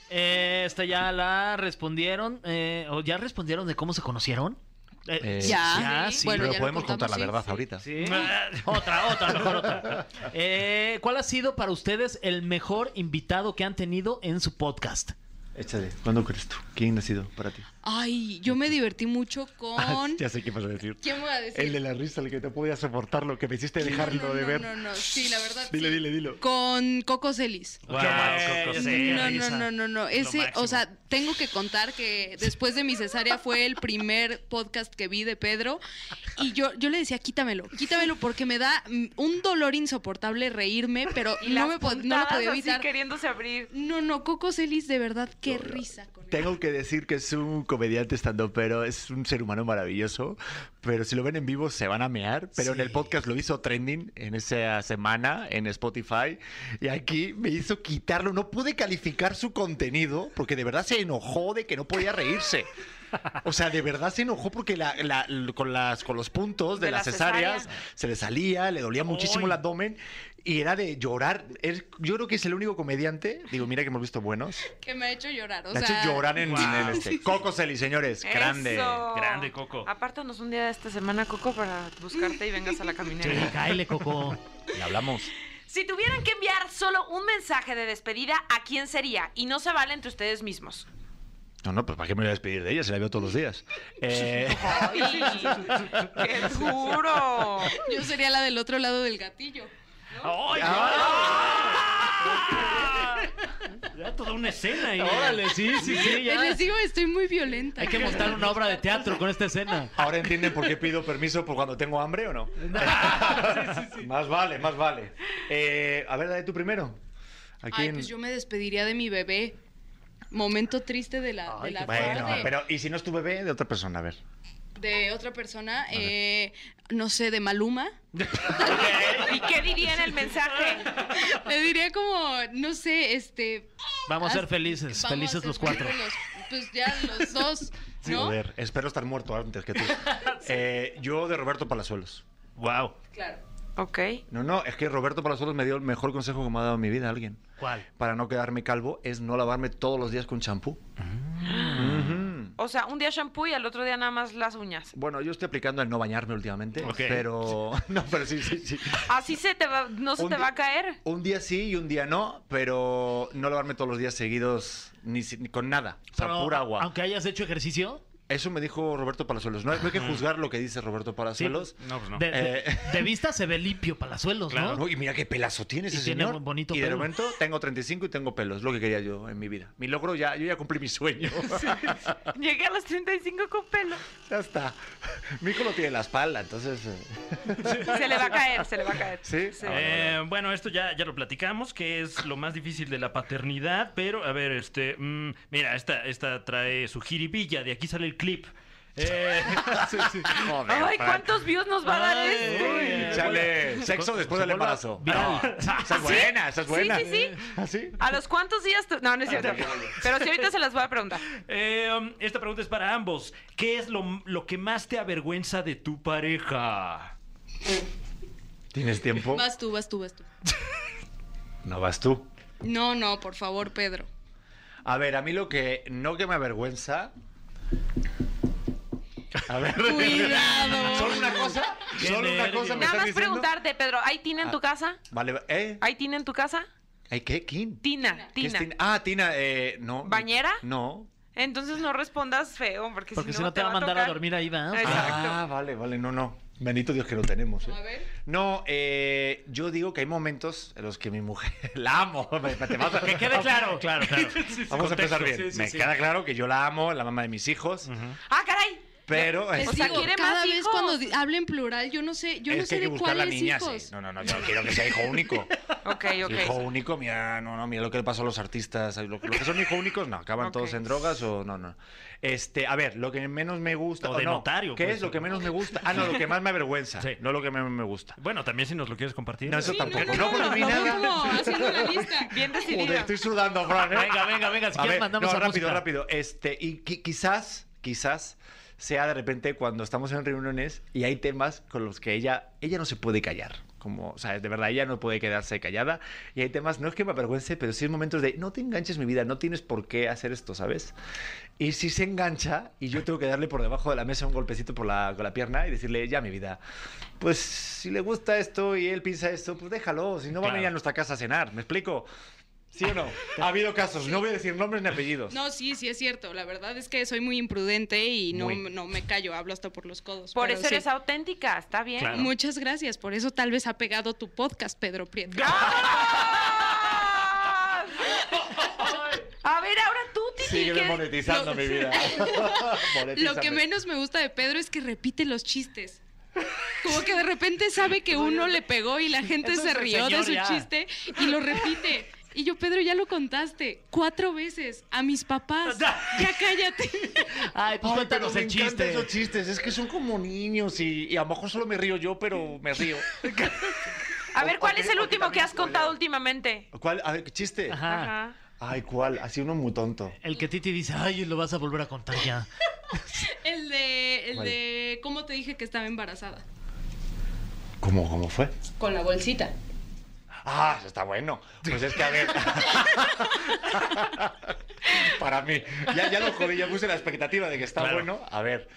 D: Eh, esta ya la respondieron. eh, ¿O ya respondieron de cómo se conocieron?
F: Eh,
G: Ya.
D: ya, sí,
G: Bueno,
F: pero
G: ya lo
F: podemos contar
G: contamos,
F: la
G: sí,
F: verdad
G: sí.
F: ahorita.
D: Sí. otra, otra, mejor otra. Eh, ¿Cuál ha sido para ustedes el mejor invitado que han tenido en su podcast?
F: Échale, ¿cuándo crees tú? ¿Quién ha sido para ti?
G: Ay, yo me divertí mucho con...
F: Ah, Ya sé qué vas a decir.
G: ¿Quién voy a decir?
F: El de la risa, el que no podía soportar lo que me hiciste dejarlo
G: no, no,
F: de ver.
G: No, no, sí, la verdad.
F: Dile,
G: sí.
F: dile, dilo.
G: Con Coco Celis.
C: Guau, Coco Celis.
G: No, no, no, no, no. Ese,
C: máximo.
G: o sea, tengo que contar que después de mi cesárea fue el primer podcast que vi de Pedro y yo, yo le decía, quítamelo, quítamelo porque me da mm, un dolor insoportable reírme, pero
B: Y
G: no,
B: las
G: me po- no lo
B: puntadas
G: podía
B: así
G: evitar.
B: queriéndose abrir.
G: No, no, Coco Celis, de verdad, qué risa con él.
F: Tengo que decir que es un comediante estando, pero es un ser humano maravilloso. Pero si lo ven en vivo se van a mear. Pero en el podcast lo hizo trending en esa semana en Spotify. Y aquí me hizo quitarlo. No pude calificar su contenido porque de verdad se enojó de que no podía reírse. O sea, de verdad se enojó porque la- la- con, las, con los puntos de,
B: De la
F: las cesáreas
B: cesárea.
F: se le salía, le dolía muchísimo
C: Ay.
F: el abdomen y era de llorar. Es- yo creo que es el único comediante. Digo, mira que hemos visto buenos.
G: Que me ha hecho llorar, o
F: De hecho,
G: sea...
F: llorar en, en el este. Coco Celis, señores. Grande.
B: Eso.
C: Grande, Coco.
B: Apártanos un día de esta semana, Coco, para buscarte y vengas a la
D: Sí,
B: caminera.
D: cáele, Coco.
F: Le hablamos.
B: Si tuvieran que enviar solo un mensaje de despedida, ¿a quién sería? Y no se vale entre ustedes mismos.
F: No, no, pues ¿para qué me voy a despedir de ella? Se la veo todos los días. Eh,
B: ¡Ay! ¡Qué duro!
G: Yo sería la del otro lado del gatillo.
C: ¡Ay, ¡Ah! ya! Ya toda una escena ahí.
D: Órale, sí, sí, sí. ya.
G: Les digo, estoy muy violenta.
D: Hay que montar una obra de teatro con esta escena.
F: Ahora entienden por qué pido permiso por cuando tengo hambre o no. Más vale, más vale. Eh, a ver, dale tú primero. ¿A
G: Ay,
F: quién?
G: pues yo me despediría de mi bebé. Momento triste de la, de la
F: Bueno,
G: tarde.
F: pero ¿y si no es tu bebé? De otra persona, a ver.
G: de otra persona, eh, no sé, de Maluma.
B: ¿Y qué diría en el mensaje?
G: Le diría como, no sé, este...
D: Vamos a ser
G: haz-
D: felices,
G: vamos a
D: felices
G: ser
D: los cuatro.
G: felices los- pues ya los dos, ¿no?
F: Joder, espero estar muerto antes que tú. Eh, yo de Roberto Palazuelos.
C: Wow.
G: Claro.
B: Ok.
F: No, no, es que Roberto Palazuelos me dio el mejor consejo que me ha dado en mi vida alguien.
D: ¿Cuál?
F: para no quedarme calvo es no lavarme todos los días con champú. Ujú.
B: O sea, un día shampoo y al otro día nada más las uñas.
F: Bueno, yo estoy aplicando el no bañarme últimamente,
C: Ok.
F: pero no, pero sí, sí, sí.
B: ¿Así se te va, no se
F: Un
B: te
F: día-
B: va a caer?
F: Un día sí y un día no, pero no lavarme todos los días seguidos ni, si- ni con nada, o sea,
D: Pero,
F: pura agua.
D: Aunque hayas hecho ejercicio,
F: Eso me dijo Roberto Palazuelos. No, hay- no hay que juzgar lo que dice Roberto Palazuelos.
C: No, pues no.
D: de, de-
F: Eh.
D: de vista se ve limpio Palazuelos, ¿no?
F: No, y mira qué pelazo tiene
D: Y
F: ese
D: tiene
F: señor.
D: un bonito
F: y de
D: pelo.
F: momento tengo 35 y tengo pelos, lo que quería yo en mi vida. Mi logro ya, yo ya cumplí mi sueño.
B: Llegué a los 35 con pelo.
F: ya está. Mico lo tiene en la espalda, entonces. eh,
B: Se le va a caer, se le va a caer.
F: ¿Sí? Ah, bueno.
C: Eh, bueno, esto ya, ya lo platicamos, que es lo más difícil de la paternidad, pero a ver, este, mm, mira, esta, esta trae su jiribilla, de aquí sale el clip. Eh,
F: Joder,
B: Ay,
F: Fran.
B: ¿cuántos views nos va a dar
C: Ay,
B: este?
C: uy,
F: Chale, sexo
C: Se-
F: después
C: se
F: del
C: vuelva
F: embarazo.
C: viral.
F: No, esa es buena, esa es
B: Ah, Sí,
F: buena.
B: sí, sí.
F: ¿Ah, sí?
B: ¿A los cuántos días tú? No, no es cierto. Pero sí, ahorita se las voy a preguntar.
C: eh, um, esta pregunta es para ambos. ¿Qué es lo, lo que más te avergüenza de tu pareja?
F: ¿Tienes tiempo?
G: Vas tú, vas tú, vas tú.
F: No vas tú.
G: No, no, por favor, Pedro.
F: A ver, a mí lo que no que me avergüenza. A ver.
G: Cuidado.
F: ¿Solo una cosa?
C: Qué
F: ¿Solo una
C: nervios.
F: cosa me
B: Nada
F: estás
B: más
F: diciendo?
B: preguntarte, Pedro, ¿hay tina en tu casa?
F: Vale, ¿eh?
B: ¿Hay tina en tu casa?
F: ¿Ay, qué? ¿Quién?
B: Tina,
F: ¿Qué es
B: tina.
F: Tina? Ah, Tina, eh, no.
B: ¿Bañera?
F: No.
B: Entonces no respondas feo, porque,
D: Porque
B: si
D: si no te va a mandar a dormir ahí, ¿verdad?
B: Exacto.
F: Ah, vale, vale, no, no. Benito Dios que lo tenemos, ¿eh?
G: A ver.
F: No, eh, yo digo que hay momentos en los que mi mujer la amo. Me- me- te vas a-
C: Que quede claro. Claro, claro.
F: Vamos a empezar bien.
C: Sí, sí,
F: me
C: sí.
F: queda claro que yo la amo, la mamá de mis hijos,
B: Ah, caray.
F: pero
G: Les
B: O sea,
G: digo,
B: ¿quiere
G: cada
B: más
G: vez
B: hijos?
G: cuando di- hablo en plural, yo no sé, yo no
F: es que
G: sé
F: hay que
G: de
F: buscar la
G: cuáles
F: niña.
G: hijos.
F: Sí. No, no, no, yo quiero que sea hijo único.
B: Ok,
F: Hijo
B: ok.
F: único, mira, no, no, mira lo que le pasó a los artistas. Lo, lo que son hijo únicos, no, acaban
B: Ok.
F: todos en drogas o no, no. Este, a ver, lo que menos me gusta.
C: O de
F: no,
C: notario,
F: ¿Qué
C: pues.
F: es lo que menos me gusta? Ah, no, lo que más me avergüenza.
C: Sí.
F: No lo que menos me gusta.
C: Bueno, también si nos lo quieres compartir.
F: No, eso
G: Sí,
F: tampoco.
G: No, no, no, no,
F: No, pues,
G: no,
F: mira.
G: no, haciendo la lista.
B: Bien
F: Joder,
B: decidida.
F: estoy sudando, Fran. ¿eh?
D: Venga, venga, venga, si
F: A
D: quieres
F: ver,
D: mandamos
F: no,
D: a
F: rápido,
D: música.
F: rápido. Este, y qui- quizás, quizás sea de repente cuando estamos en reuniones y hay temas con los que ella, ella no se puede callar. Como, o sea, de verdad, ella no puede quedarse callada. Y hay temas, no es que me avergüence, pero sí hay momentos de, no te enganches mi vida, no tienes por qué hacer esto, ¿sabes? Y si se engancha y yo tengo que darle por debajo de la mesa un golpecito por la, con la pierna y decirle, ya mi vida, pues si le gusta esto y él piensa esto, pues déjalo, si no va a
C: Claro.
F: venir a nuestra casa a cenar, ¿me explico? ¿Sí o no? Ha habido casos, no voy a decir nombres ni apellidos.
G: No, sí, sí es cierto. La verdad es que soy muy imprudente y no,
F: Muy.
G: no me callo, hablo hasta por los codos.
B: Por
G: pero
B: eso
G: sí.
B: eres auténtica, está bien.
C: Claro.
G: Muchas gracias, por eso tal vez ha pegado tu podcast, Pedro Prieto.
B: ¡Ah! A ver, ahora tú, Titi.
F: Sígueme
B: ¿qué-
F: monetizando
G: lo-
F: mi vida.
G: Lo
F: Monetízame.
G: que menos me gusta de Pedro es que repite los chistes. Como que de repente sabe que uno le pegó y la gente
D: Eso
G: se
D: es el
G: rió de
D: señor
G: su
D: ya.
G: chiste y lo repite. Y yo, Pedro, ya lo contaste cuatro veces a mis papás. Ya cállate.
D: Ay, pues
F: Ay, pero
D: cuéntanos
F: me
D: el
F: encantan
D: chiste.
F: esos chistes, es que son como niños y, y a lo mejor solo me río yo, pero me río.
B: A ver, ¿cuál
F: Ok,
B: es el
F: ok,
B: último que
F: también
B: has
F: puedo
B: contado
F: leer.
B: últimamente?
F: ¿Cuál? A ver, ¿qué chiste?
D: Ajá.
B: Ajá.
F: Ay, ¿cuál? Así uno muy tonto.
D: El que Titi dice, ay, lo vas a volver a contar ya.
G: El de, el
F: Vale.
G: de cómo te dije que estaba embarazada.
F: ¿Cómo, cómo fue?
G: Con la bolsita.
F: Ah, eso está bueno. Pues es que a ver. Para mí. Ya, ya lo jodí, ya puse la expectativa de que está
C: Claro.
F: bueno. A ver,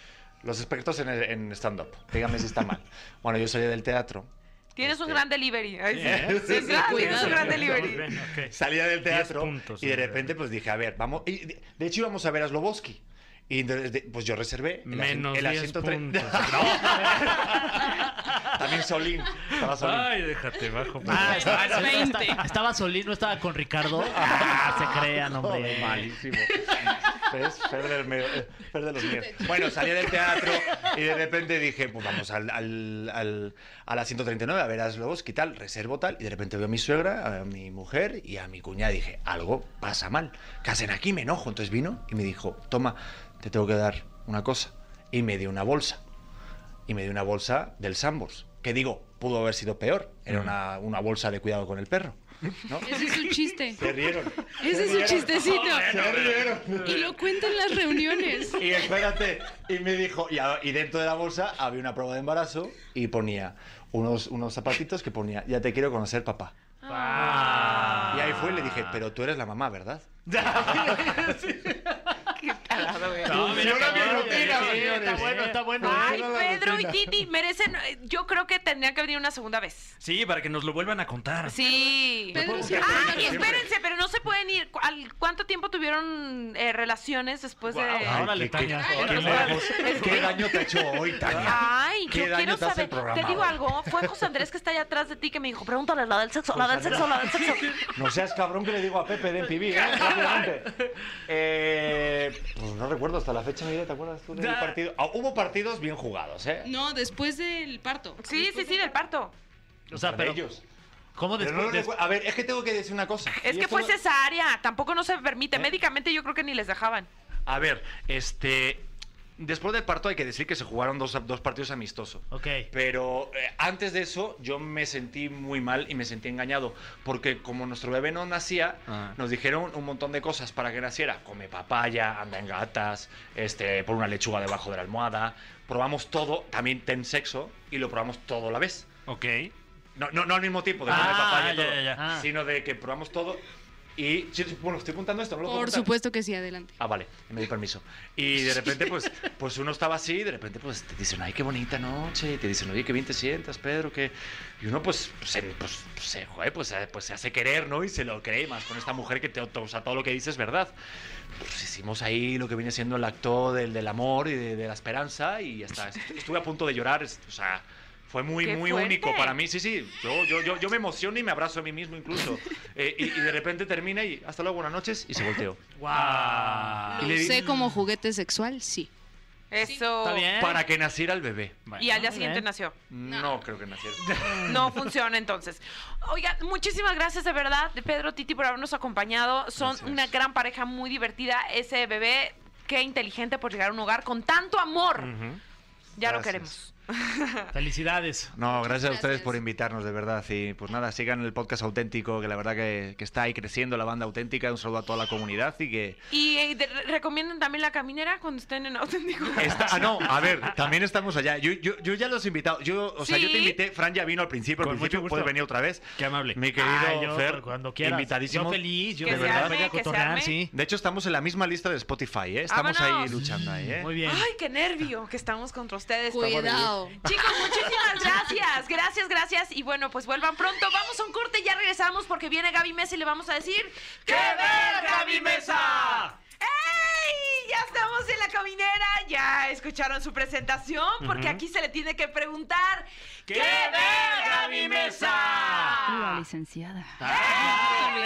F: los expertos en, en stand-up. Díganme si está mal. Bueno, yo soy del teatro.
B: Tienes un
F: Este.
B: gran delivery. Ay, sí.
C: Bien, ¿eh?
B: Sí,
F: Sí,
B: claro,
F: sí,
B: tienes
G: cuidado.
B: Ah, un gran
C: Muy
B: delivery.
C: bien, ok.
F: Salía del
C: Diez
F: teatro
C: puntos,
F: y de
C: sí.
F: repente pues dije, a ver, vamos. y de, de hecho íbamos a ver a Sloboski. Y de- de- pues yo reservé el, asiento-
C: Menos
F: el
C: 10
F: asiento tre-
C: puntos.
F: También Solín. Estaba Solín.
C: Ay, déjate bajo.
D: Ah, estaba,
G: Es 20.
D: estaba- estaba Solís, no estaba con Ricardo. Ah, se crean, hombre.
F: Joder, malísimo. ¿Ves? Fer del medio- eh, Fer de los míos. Bueno, salí del teatro y de repente dije, pues vamos al, al, al- a la 139, a ver a Sloboski, tal, reservo tal. Y de repente veo a mi suegra, a mi mujer y a mi cuñada. Dije, algo pasa mal. ¿Qué hacen aquí? Me enojo. Entonces vino y me dijo, toma, te tengo que dar una cosa. Y me dio una bolsa y me dio una bolsa del Sambors. Que digo, pudo haber sido peor. Era una, una bolsa de cuidado con el perro. ¿no?
G: Ese es su chiste.
F: Se rieron.
G: Ese es
F: Se
G: su
F: rieron.
G: chistecito.
F: Se rieron.
G: Y lo cuenta en las reuniones.
F: Y espérate, y me dijo, y, a- y dentro de la bolsa había una prueba de embarazo y ponía unos, unos zapatitos que ponía, ya te quiero conocer, papá.
D: Ah.
F: Y ahí fue y le dije, pero tú eres la mamá, ¿verdad?
B: Qué tarado, güey.
C: No, mira,
F: Funciona mi
C: cabrón,
F: rutina,
C: sí,
F: señores.
C: está bueno, está
D: bueno.
B: Ay,
F: Funciona la
B: Pedro y
F: rutina.
B: Titi merecen. Yo creo que tendrían que venir una segunda vez.
C: Sí, para que nos lo vuelvan a contar.
B: Sí.
G: Pedro siempre
B: Ah,
G: habla
B: y
G: siempre.
B: espérense, pero no se pueden ir. ¿Cu- al- ¿Cuánto tiempo tuvieron eh, relaciones después de.?
C: Guau.
D: Ahora
F: Ay,
D: le
F: qué- qué-
D: Ah, Tania.
F: qué lejos, ¿Qué daño te ha hecho hoy, Tania?
B: Ay,
F: ¿Qué
B: yo
F: daño
B: quiero
F: te hace
B: saber.
F: el programa,
B: Te digo
F: güey?
B: algo. Fue José Andrés que está allá atrás de ti que me dijo: pregúntale la del sexo, la del sexo, la del sexo.
F: No seas cabrón que le digo a Pepe de MPB, ¿eh? Rápidamente. Eh, pues no recuerdo hasta la fecha, mi vida, ¿te acuerdas tú del
C: Ya.
F: partido? Ah, Hubo partidos bien jugados, ¿eh?
G: No, después del parto.
B: Sí, sí,
G: Después
B: sí, del parto.
D: O sea,
F: Con
D: pero.
F: ellos.
D: ¿Cómo
F: Pero no
D: después?
F: lo recu- A ver, es que tengo que decir una cosa.
B: Es
F: Y
B: que
F: esto
B: fue
F: no-
B: cesárea, tampoco no se permite. Médicamente yo creo que ni les dejaban.
F: A ver, este. Después del parto hay que decir que se jugaron dos, dos partidos amistosos.
D: Ok.
F: Pero eh, antes de eso yo me sentí muy mal y me sentí engañado, porque como nuestro bebé no nacía,
D: Ah.
F: nos dijeron un montón de cosas para que naciera. Come papaya, anda en gatas, este, pon una lechuga debajo de la almohada. Probamos todo, también ten sexo, y lo probamos todo a la vez.
C: Ok.
F: No, no, no al mismo tiempo, de
D: Ah,
F: comer papaya y
D: ya,
F: todo,
D: ya, ya. Ah.
F: sino de que probamos todo y... sí, Bueno, estoy apuntando esto, no lo puedo
G: Por
F: apuntar.
G: supuesto que sí, adelante.
F: Ah, vale, me di permiso. Y de repente, pues, pues uno estaba así, y de repente, pues, te dicen, ay, qué bonita noche, y te dicen, oye, qué bien te sientas, Pedro, que... Y uno, pues, pues, se- pues, pues, se, joder, pues, se- pues se hace querer, ¿no? Y se lo cree más con esta mujer que te, o sea, todo lo que dices es verdad. Pues hicimos ahí lo que viene siendo el acto del, del amor y de, de la esperanza, y hasta estuve a punto de llorar, es- o sea... Fue muy,
B: ¡Qué
F: muy
B: fuerte!
F: único para mí, sí, sí. Yo, yo, yo, yo me emociono y me abrazo a mí mismo incluso. Eh, y, y de repente termina y hasta luego, buenas noches, y se volteó.
D: ¡Wow!
F: Y le di-
G: Sé como juguete sexual, sí.
B: Eso.
D: Está bien.
F: para que naciera el bebé.
B: Y al día
D: Muy
B: siguiente
D: bien.
B: nació.
F: No, creo que naciera.
B: No funciona entonces. Oiga, muchísimas gracias de verdad, Pedro Titi, por habernos acompañado. Son
F: Gracias.
B: una gran pareja, muy divertida. Ese bebé, qué inteligente por llegar a un hogar con tanto amor. Ya lo
F: Mm, Gracias.
B: queremos.
D: Felicidades.
F: No, gracias a ustedes
G: Gracias.
F: por invitarnos, de verdad. Y pues nada, sigan el podcast auténtico, que la verdad que, que está ahí creciendo la banda auténtica. Un saludo a toda la comunidad y que...
B: Y eh, de- recomienden también la caminera cuando estén en auténtico.
F: Está- ah, no, a ver, también estamos allá. Yo, yo, yo ya los he invitado. Yo, o sea, yo
B: Sí.
F: te invité. Fran ya vino al principio, al
C: Con mucho
F: principio
C: gusto.
F: puede venir otra vez.
C: Qué amable.
F: Mi querido
D: Ay, yo,
F: Fer,
D: cuando quieras.
F: invitadísimo.
D: Yo feliz, yo
B: Que
D: de
F: se
D: verdad
F: arme,
D: voy a
B: que se
D: cotorrear,
B: arme.
D: sí.
F: De hecho, estamos en la misma lista de Spotify, ¿eh? Estamos ahí
B: Vámonos.
F: luchando ahí, ¿eh?
D: Muy bien.
B: Ay, qué nervio que estamos contra ustedes.
G: Cuidado.
B: Chicos, muchísimas gracias. Gracias, gracias. Y bueno, pues vuelvan pronto. Vamos a un corte y ya regresamos porque viene Gaby Mesa y le vamos a decir... ¡Qué ver, Gaby Mesa! ¡Ey! Ya estamos en la caminera. Ya escucharon su presentación porque aquí se le tiene que preguntar... ¡Qué ver, Gaby
H: La
B: Mesa!
H: licenciada.
C: Ah.
B: Muy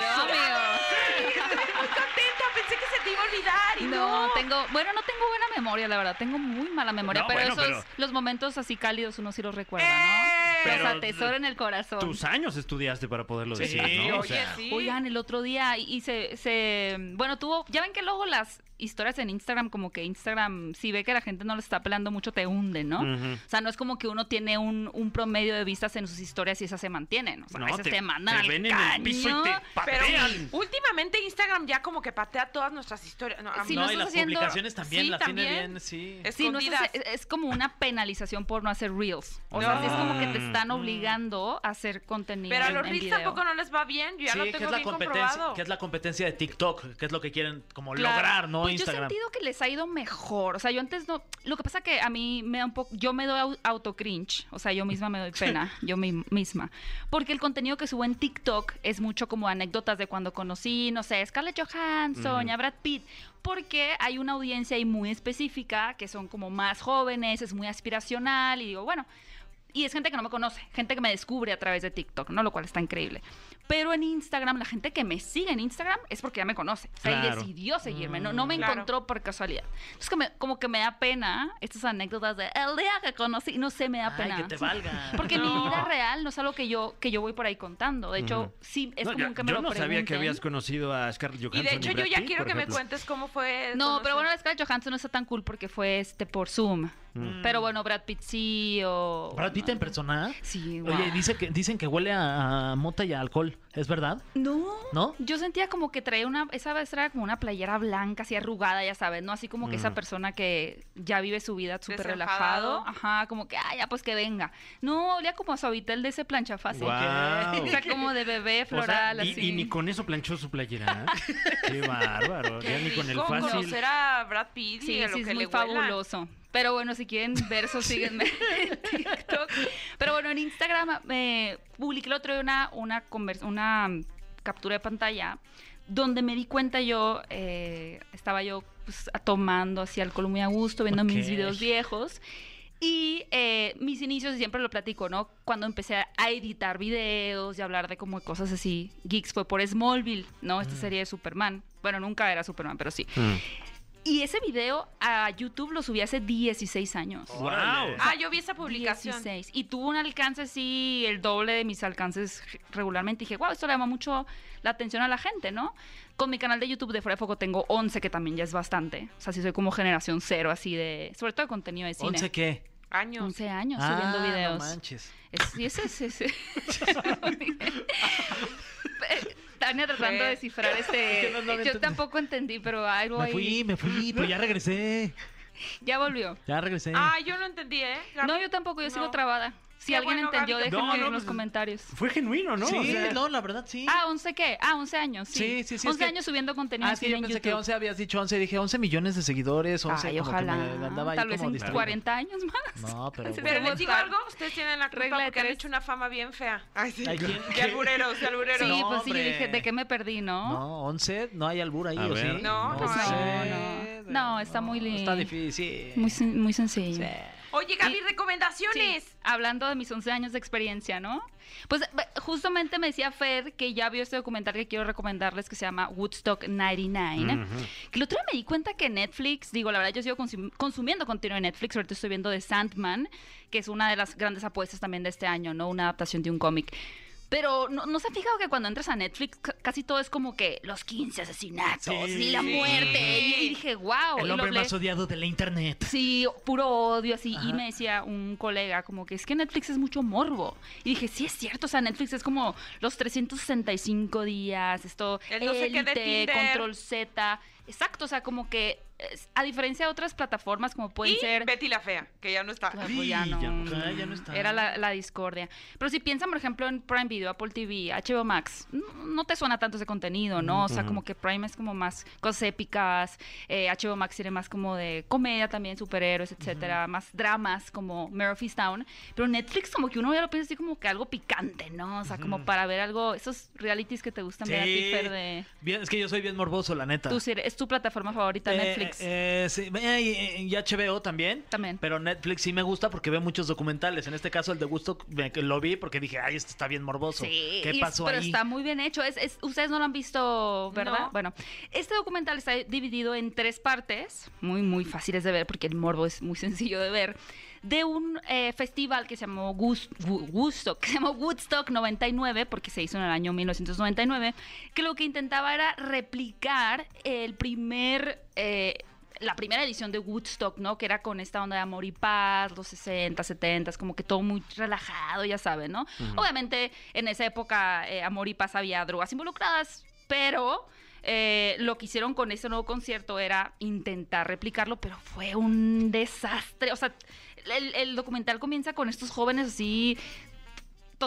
B: contenta. Pensé que se te iba a olvidar. Y
H: No, tengo, bueno, no tengo buena memoria, la verdad, tengo muy mala memoria,
C: No,
H: pero
C: bueno,
H: esos,
C: pero-
H: los momentos así cálidos uno sí los recuerda,
B: ¡Eh!
H: ¿no?
C: Pero-
H: los atesora en el corazón.
C: Tus años estudiaste para poderlo decir, ¿no? O
B: Oye,
C: sea,
B: sí.
H: Oigan, el otro día y se, se- bueno, tuvo, ya ven que luego las historias en Instagram, como que Instagram, si ve que la gente no lo está pelando mucho, te hunde, ¿no?
C: Ujú.
H: O sea, no es como que uno tiene un, un promedio de vistas en sus historias y esas se mantienen. O sea,
C: No,
H: a veces
C: te-
H: te, mandan
C: te
H: al
C: ven en el piso y
H: caño.
C: te
B: Pero
C: patean.
B: últimamente Instagram ya como que patea todas nuestras historias. No, a
H: Sí,
B: mí-
H: no
D: no, y
H: estás
D: las
H: haciendo-
D: publicaciones también
H: Sí,
D: las tiene
H: también.
D: bien, sí.
H: Sí, no,
B: escondidas.
H: es, es- es como una penalización por no hacer reels. O sea, sí es como que te están obligando a hacer contenido.
B: Pero a
H: en-
B: los
H: en
B: Reels
H: video.
B: tampoco no les va bien. Yo ya
D: sí,
B: lo
D: que
B: tengo
D: es la
B: bien
D: competencia,
B: comprobado.
D: que es la competencia de TikTok, que es lo que quieren como
B: Claro.
D: lograr, ¿no?
H: Pues
D: Instagram.
H: yo he sentido que les ha ido mejor. O sea, yo antes no. Lo que pasa que a mí me da un poco. Yo me doy au- auto cringe. O sea, yo misma me doy pena. yo mi- misma. Porque el contenido que subo en TikTok es mucho como anécdotas de cuando conocí, no sé, Scarlett Johansson, a Brad Pitt. Porque hay una audiencia ahí muy específica que son como más jóvenes, es muy aspiracional. Y digo, bueno. Y es gente que no me conoce, gente que me descubre a través de TikTok, ¿no? Lo cual está increíble. Pero en Instagram, la gente que me sigue en Instagram es porque ya me conoce. O sea, y
C: Claro.
H: decidió seguirme. No, no me
B: Mm, Claro.
H: encontró por casualidad. Entonces, que me- como que me da pena estas anécdotas de el día que conocí. No sé, me da
D: Ay,
H: pena.
D: que te valga.
H: Porque mi
B: No.
H: vida real no es algo que yo, que yo voy por ahí contando. De hecho,
C: Ujú.
H: sí, es
C: No,
H: como
C: yo,
H: que me
C: yo
H: lo
C: no sabía que
H: pregunten.
C: habías conocido a Scarlett Johansson.
B: Y de hecho
C: Brad
B: yo ya
C: Pitt,
B: quiero
C: por
B: que me
C: ejemplo.
B: cuentes cómo fue.
H: No, pero bueno,
B: conocer-
H: la Scarlett Johansson no está tan cool porque fue este por Zoom.
C: Mm.
H: Pero bueno, Brad Pitt sí o...
D: ¿Brad Pitt en persona?
H: Sí,
D: Oye,
H: guau.
D: dice que, dicen que huele a, a mota y a alcohol, ¿es verdad?
H: No.
D: ¿No?
H: Yo sentía como que traía una, esa vez era como una playera blanca, así arrugada, ya sabes, ¿no? Así como que
C: Mm.
H: esa persona que ya vive su vida súper
B: Desenfadado.
H: relajado. Ajá, como que, ah, ya, pues que venga. No, olía como a suavitel de ese plancha fácil.
C: Guau.
H: O sea, como de bebé
C: O sea,
H: floral,
C: y-
H: así.
C: y, ni con eso planchó su playera. ¿eh? Qué bárbaro. ya ni con el
B: ¿Cómo
C: fácil.
B: conocer a Brad Pitt y
H: Sí,
B: a lo
H: sí,
B: que
H: es muy
B: le huela?
H: fabuloso. Pero bueno, si quieren versos, síguenme en TikTok. Pero bueno, en Instagram eh, publiqué el otro día una, una, convers- una mm, captura de pantalla donde me di cuenta yo, eh, estaba yo pues, a- tomando así alcohol muy a gusto, viendo mis
D: Ok.
H: videos viejos. Y eh, mis inicios, y siempre lo platico, ¿no? Cuando empecé a- a editar videos y hablar de como cosas así, geeks fue por Smallville, ¿no? Esta serie de Superman. Bueno, nunca era Superman, pero sí. Y ese video a YouTube lo subí hace 16 años.
C: ¡Wow!
B: Ah, yo vi esa publicación.
H: 16. Y tuvo un alcance así, el doble de mis alcances regularmente. Y dije, wow, esto le llama mucho la atención a la gente, ¿no? Con mi canal de YouTube de Fuera de Foco tengo 11, que también ya es bastante. O sea, sí soy como generación cero, así de. Sobre todo de contenido de cine.
D: ¿Once qué?
B: Años.
H: 11 años
D: Ah,
H: subiendo
D: no
H: videos.
D: manches.
H: Es- sí, ese es- ese- Eh, Tania tratando de descifrar
D: que
H: este.
D: no- no lo entendí.
H: Yo tampoco entendí, pero algo
D: Me
H: ahí.
D: fui, me fui, pero ya regresé.
H: Ya volvió.
D: Ya regresé.
B: Ah, yo no entendí, ¿eh? Gaby?
H: No, yo tampoco, yo sigo
B: No.
H: trabada. Si
B: Qué
H: alguien
B: bueno,
H: entendió,
B: Gaby, que-
H: déjenme
C: No, no,
H: en los
C: pues-
H: comentarios.
C: Fue genuino, ¿no?
D: sí,
C: O sea,
D: no, la verdad sí.
H: Ah, ¿11 qué? Ah, 11 años. Sí,
D: Sí, sí, sí, es
H: 11
D: que-
H: años subiendo contenido
D: Ah,
H: en
D: es que yo
H: en
D: pensé
H: YouTube.
D: que 11 habías dicho 11, dije 11 millones de seguidores, 11
H: Ay,
D: como
H: ojalá.
D: que me andaba ahí
H: Tal vez
D: como
H: en
D: distraído.
H: 40 años más.
D: No, pero
H: Ese
D: bueno.
B: Pero les digo
H: Vamos,
B: algo, ustedes tienen la
H: Regla
B: culpa
H: de
B: porque han
H: tres.
B: hecho una fama bien fea. Ay, sí.
D: Ay, ¿quién?
B: De albureros, de albureros.
H: Sí,
D: No,
H: pues sí, yo
D: hombre.
H: dije, ¿de qué me perdí, no?
D: No, 11 no hay albur ahí,
C: A
D: ¿o
C: ver.
D: sí?
B: No,
H: no
D: sé.
H: hay. No, no. No, está muy li-
D: Está difícil.
H: Muy, sen- muy sencillo.
D: Sí.
B: Oye, Gaby,
H: Y-
B: recomendaciones.
H: Sí, hablando de mis 11 años de experiencia, ¿no? Pues b- justamente me decía Fer que ya vio este documental que quiero recomendarles que se llama Woodstock 99. Que el otro día me di cuenta que Netflix, digo, la verdad yo sigo consum- consumiendo contenido de Netflix, ahorita estoy viendo The Sandman, que es una de las grandes apuestas también de este año, ¿no? Una adaptación de un cómic. Pero ¿no, no se ha fijado que cuando entras a Netflix c- casi todo es como que los 15 asesinatos y la muerte. Y, y dije, wow.
D: El hombre más odiado de la internet.
H: Sí, puro odio, así. Y me decía un colega, como que es que Netflix es mucho morbo. Y dije, sí, es cierto. O sea, Netflix es como los 365 días, esto,
B: El no sé qué de
H: Élite,
B: Tinder.
H: Control Z. Exacto, o sea, como que es- a diferencia de otras plataformas, como pueden
B: y
H: ser.
B: Betty la Fea, que ya no está.
H: Claro,
D: Sí,
H: Pues, ya no, mm,
D: ya no- ah, ya no está.
H: Era la, la discordia. Pero si piensan, por ejemplo, en Prime Video, Apple TV, HBO Max, n- no, te suena tanto ese contenido, ¿no? O sea, como que Prime es como más cosas épicas, eh, HBO Max tiene más como de comedia también, superhéroes, etcétera, más dramas como Murphy's Town. Pero Netflix, como que uno ya lo piensa así como que algo picante, ¿no? O sea, como para ver algo, esos realities que te gustan ver a ti,
D: Sí.
H: Fer, de-
D: Bien, es que yo soy bien morboso, la neta.
H: tú sí eres- es tu plataforma favorita,
D: Eh,
H: Netflix.
D: eh, sí, eh, y, y HBO también.
H: También.
D: Pero Netflix sí me gusta porque veo muchos documentales. En este caso, el de gusto lo vi porque dije, ay, esto está bien morboso.
H: Sí,
D: ¿Qué
H: y es-
D: pasó
H: pero
D: ahí?
H: está muy bien hecho. Es, es- ustedes no lo han visto, ¿verdad?
B: No.
H: Bueno, este documental está dividido en tres partes, muy, muy fáciles de ver porque el morbo es muy sencillo de ver, de un eh, festival que se llamó Gus- Gu- Woodstock, que se llamó Woodstock 99, porque se hizo en el año 1999, que lo que intentaba era replicar el primer... eh, la primera edición de Woodstock, ¿no? Que era con esta onda de amor y paz, los 60, 70, como que todo muy relajado, ya saben, ¿no? Obviamente en esa época eh, amor y paz había drogas involucradas, pero eh, lo que hicieron con ese nuevo concierto era intentar replicarlo, pero fue un desastre. O sea, el, el documental comienza con estos jóvenes así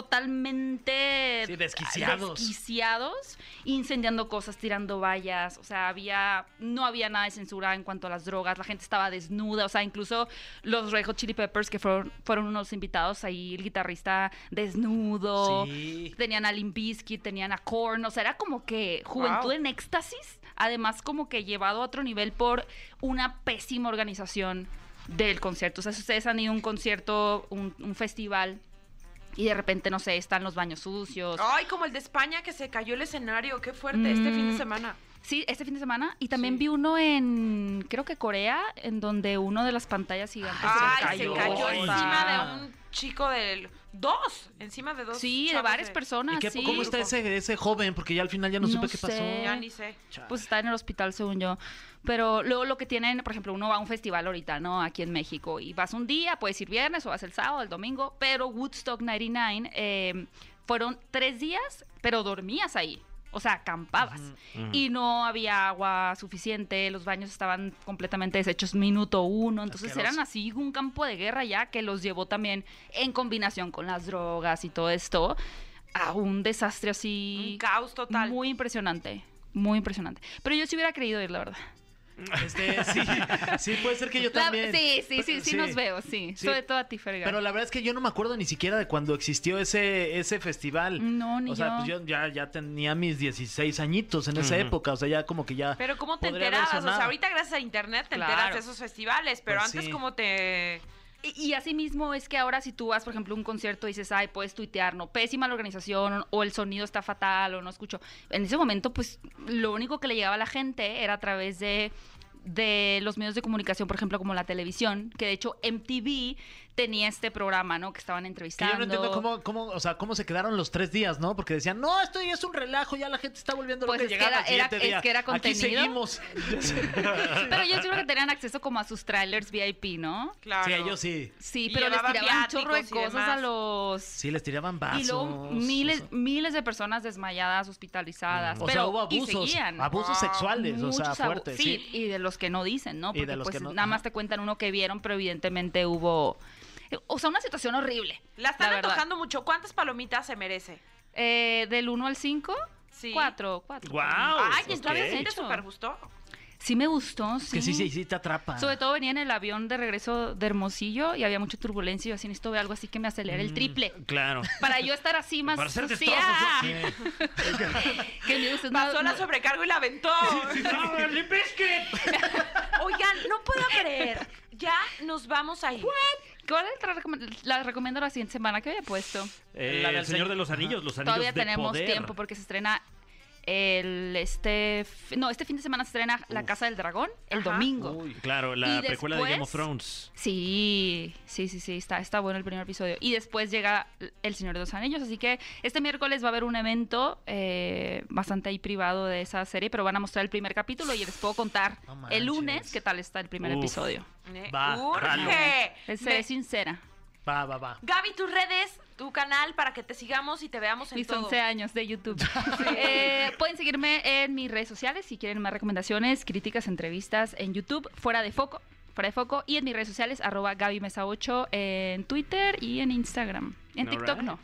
H: totalmente
D: Sí, desquiciados.
H: desquiciados, incendiando cosas, tirando vallas, o sea, había no había nada de censura en cuanto a las drogas, la gente estaba desnuda, o sea, incluso los Red Hot Chili Peppers que fueron, fueron unos invitados ahí, el guitarrista desnudo,
D: Sí.
H: tenían a Limp Bizkit, tenían a Korn, o sea, era como que juventud
B: Wow.
H: en éxtasis, además como que llevado a otro nivel por una pésima organización del concierto. O sea, si ustedes han ido a un concierto, un, un festival, y de repente, no sé, están los baños sucios.
B: Ay, como el de España que se cayó el escenario, qué fuerte este
H: Mm.
B: fin de semana.
H: Sí, este fin de semana. Y también
B: Sí.
H: vi uno en, creo que Corea, en donde uno de las pantallas gigantes se
B: Ay,
H: cayó.
B: se cayó
H: O
B: encima
H: sea,
B: de un chico del dos, encima de dos.
H: Sí, de
B: chavos
H: varias personas,
D: ¿Y qué-
H: sí.
D: ¿Cómo está ese, ese joven? Porque ya al final ya no,
H: No
D: supe qué
H: sé.
B: Ya
D: pasó.
B: ni sé.
H: Pues está en el hospital, según yo. Pero luego lo que tienen, por ejemplo, uno va a un festival ahorita, ¿no? Aquí en México. Y vas un día, puedes ir viernes o vas el sábado, el domingo. Pero Woodstock 99 eh, fueron tres días, pero dormías ahí. O sea, acampabas. Y no había agua suficiente, los baños estaban completamente deshechos minuto uno. Entonces
D: Asqueroso.
H: eran así un campo de guerra ya que los llevó también en combinación con las drogas y todo esto a un desastre así.
B: Un caos total.
H: Muy impresionante, muy impresionante. Pero yo sí hubiera querido ir, la verdad.
D: Este, sí, sí, puede ser que yo
H: La-
D: también.
H: sí, sí, sí,
D: Pero-
H: sí, nos veo, sí.
D: Sí.
H: Sobre todo a ti, Fergal.
D: Pero la verdad es que yo no me acuerdo ni siquiera de cuando existió ese, ese festival.
H: No, ni
D: o sea,
H: yo.
D: pues yo ya, ya tenía mis 16 añitos en esa época. O sea, ya como que ya.
B: Pero ¿cómo te
D: podría haber
B: enterabas? O sea,
D: sonado.
B: ahorita gracias a internet te
H: Claro.
B: enteras de esos festivales, pero
D: Pues
B: antes
D: sí.
B: como te...
H: Y, y asimismo es que ahora si tú vas, por ejemplo, a un concierto y dices, ay, puedes tuitear, no, pésima la organización, o el sonido está fatal, o no escucho. En ese momento, pues, lo único que le llegaba a la gente era a través de de los medios de comunicación, por ejemplo, como la televisión, que de hecho MTV tenía este programa, ¿no? Que estaban
D: Que
H: entrevistando.
D: yo no entiendo cómo, cómo, o sea, cómo se quedaron los tres días, ¿no? Porque decían, no, esto ya es un relajo, ya la gente está volviendo
H: Pues
D: loca.
H: es que
D: Llegaba
H: era-
D: al siguiente
H: era- es
D: día,
H: que era
D: Aquí
H: contenido".
D: seguimos.
H: Pero yo creo que tenían acceso como a sus trailers VIP, ¿no?
B: Claro.
D: Sí, ellos sí.
H: Sí,
B: Y
H: pero les
B: llevaba
H: tiraban un chorro de
B: viáticos y
H: cosas a
B: demás.
H: los...
D: Sí, les tiraban vasos.
H: Y luego
D: o
H: miles,
D: sea. Mm.
H: miles de personas desmayadas, hospitalizadas.
D: O
H: pero,
D: sea, hubo
H: y
D: abusos,
H: seguían. Ah,
D: abusos sexuales, o sea,
H: Muchos abu-
D: fuertes.
H: Sí, y de los que no dicen, ¿no?
D: Y de
H: Porque
D: los
H: pues
D: que no-
H: nada más
D: ajá.
H: te cuentan uno que vieron, pero evidentemente hubo... eh, O sea, una situación horrible.
B: La están
H: verdad.
B: antojando mucho. ¿Cuántas palomitas se merece?
H: Eh, del 1 al 5,
B: Sí.
H: 4, 4.
C: Guau.
B: Ay,
C: ok.
B: ¿está bien? ¿Te
H: Hecho.
B: super gustó?
H: Sí me gustó, sí.
D: Que sí, sí, sí, te atrapa.
H: Sobre todo venía en el avión de regreso de Hermosillo y había mucha turbulencia y yo así necesito ver algo así que me acelere el triple.
C: Claro.
H: Para yo estar así más
C: Mm. Para ser
H: sucia.
C: destrozos. sí.
H: Que me gusta, no-
B: Pasó la
H: no-
B: sobrecargo y la aventó.
C: ¡Ah, Limp Bizkit!
B: Oigan, no puedo creer. Ya nos vamos a ir.
H: ¿Cuál es la, recome- la recomiendo la siguiente semana que había puesto?
C: Eh,
D: La del
C: el Señor
D: Señor-
C: de los Anillos, los Anillos
H: Todavía
C: de
H: tenemos
C: poder.
H: tiempo porque se estrena el este f- no este fin de semana se estrena La Casa del Dragón el
B: Ajá.
H: domingo.
D: Uy.
C: Claro, la
H: Y
C: precuela de Game of
H: después-
C: Thrones.
H: Sí, sí, sí, sí, está, está bueno el primer episodio. Y después llega El Señor de los Anillos, así que este miércoles va a haber un evento eh, bastante ahí privado de esa serie, pero van a mostrar el primer capítulo y les puedo contar
D: No manches.
H: el lunes qué tal está el primer
C: Uf.
H: episodio.
B: Me
D: Va, jalo.
B: urge.
H: Es-
B: Me-
H: Seré sincera,
D: Va, va, va.
B: Gaby, tus redes, tu canal para que te sigamos y te veamos en
H: mis
B: todo.
H: 11 años de YouTube. Eh, pueden seguirme en mis redes sociales si quieren más recomendaciones, críticas, entrevistas en YouTube, fuera de foco. Fuera de foco y en mis redes sociales, arroba Gaby Mesa 8 en Twitter y en Instagram. En
C: Alright.
H: TikTok no.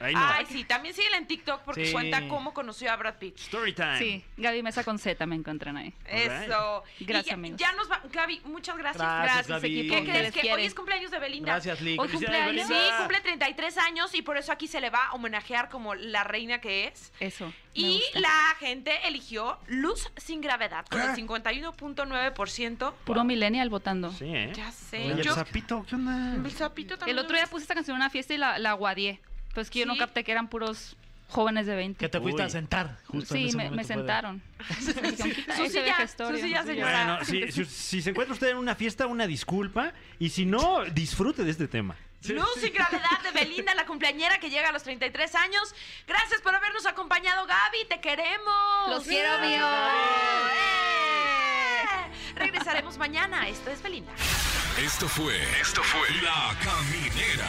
C: Ahí no.
B: Ay, sí, también síguela en TikTok porque
D: Sí.
B: cuenta cómo conoció a Brad Pitt.
C: Story time.
H: Sí, Gaby Mesa con Z me encuentran ahí.
C: Alright.
B: Eso. Y
H: Gracias,
B: ya,
H: amigos.
B: Ya nos va. Gaby, muchas gracias.
D: Gracias, Gaby.
H: equipo.
B: ¿Qué
D: Se
B: crees?
H: les
B: Que hoy
H: quiere.
B: es cumpleaños de Belinda.
D: Gracias, Lick.
H: Hoy
C: Felicidades,
H: cumpleaños.
B: Sí,
C: Belinda.
B: cumple 33 años y por eso aquí se le va a homenajear como la reina que es.
H: Eso. me
B: Y
H: gusta.
B: la gente eligió Luz sin gravedad con el 51.9%.
H: Puro millennial votando.
C: Sí, ¿eh?
B: Ya sé.
C: Oye,
B: yo-
C: el sapito, ¿qué onda?
H: Pues
B: el sapito también.
H: El otro día puse esta canción en una fiesta y la, la aguadié. Pero es que yo no
B: Sí.
H: capté que eran puros jóvenes de 20.
D: Que te fuiste
C: Uy.
D: a sentar justo en
H: sí,
D: ese
H: me, me
D: momento, puede.
H: sentaron. Ah,
B: Susi ya, Susi ya, señora.
C: Bueno, si, si- si se encuentra usted en una fiesta, una disculpa. Y si no, disfrute de este tema.
B: Luz sin gravedad de Belinda, la cumpleañera que llega a los 33 años. Gracias por habernos acompañado, Gaby. Te queremos.
H: Los quiero, mío.
B: ¡Eh! Regresaremos mañana. Esto es Belinda.
A: Esto fue. Esto fue. La Caminera.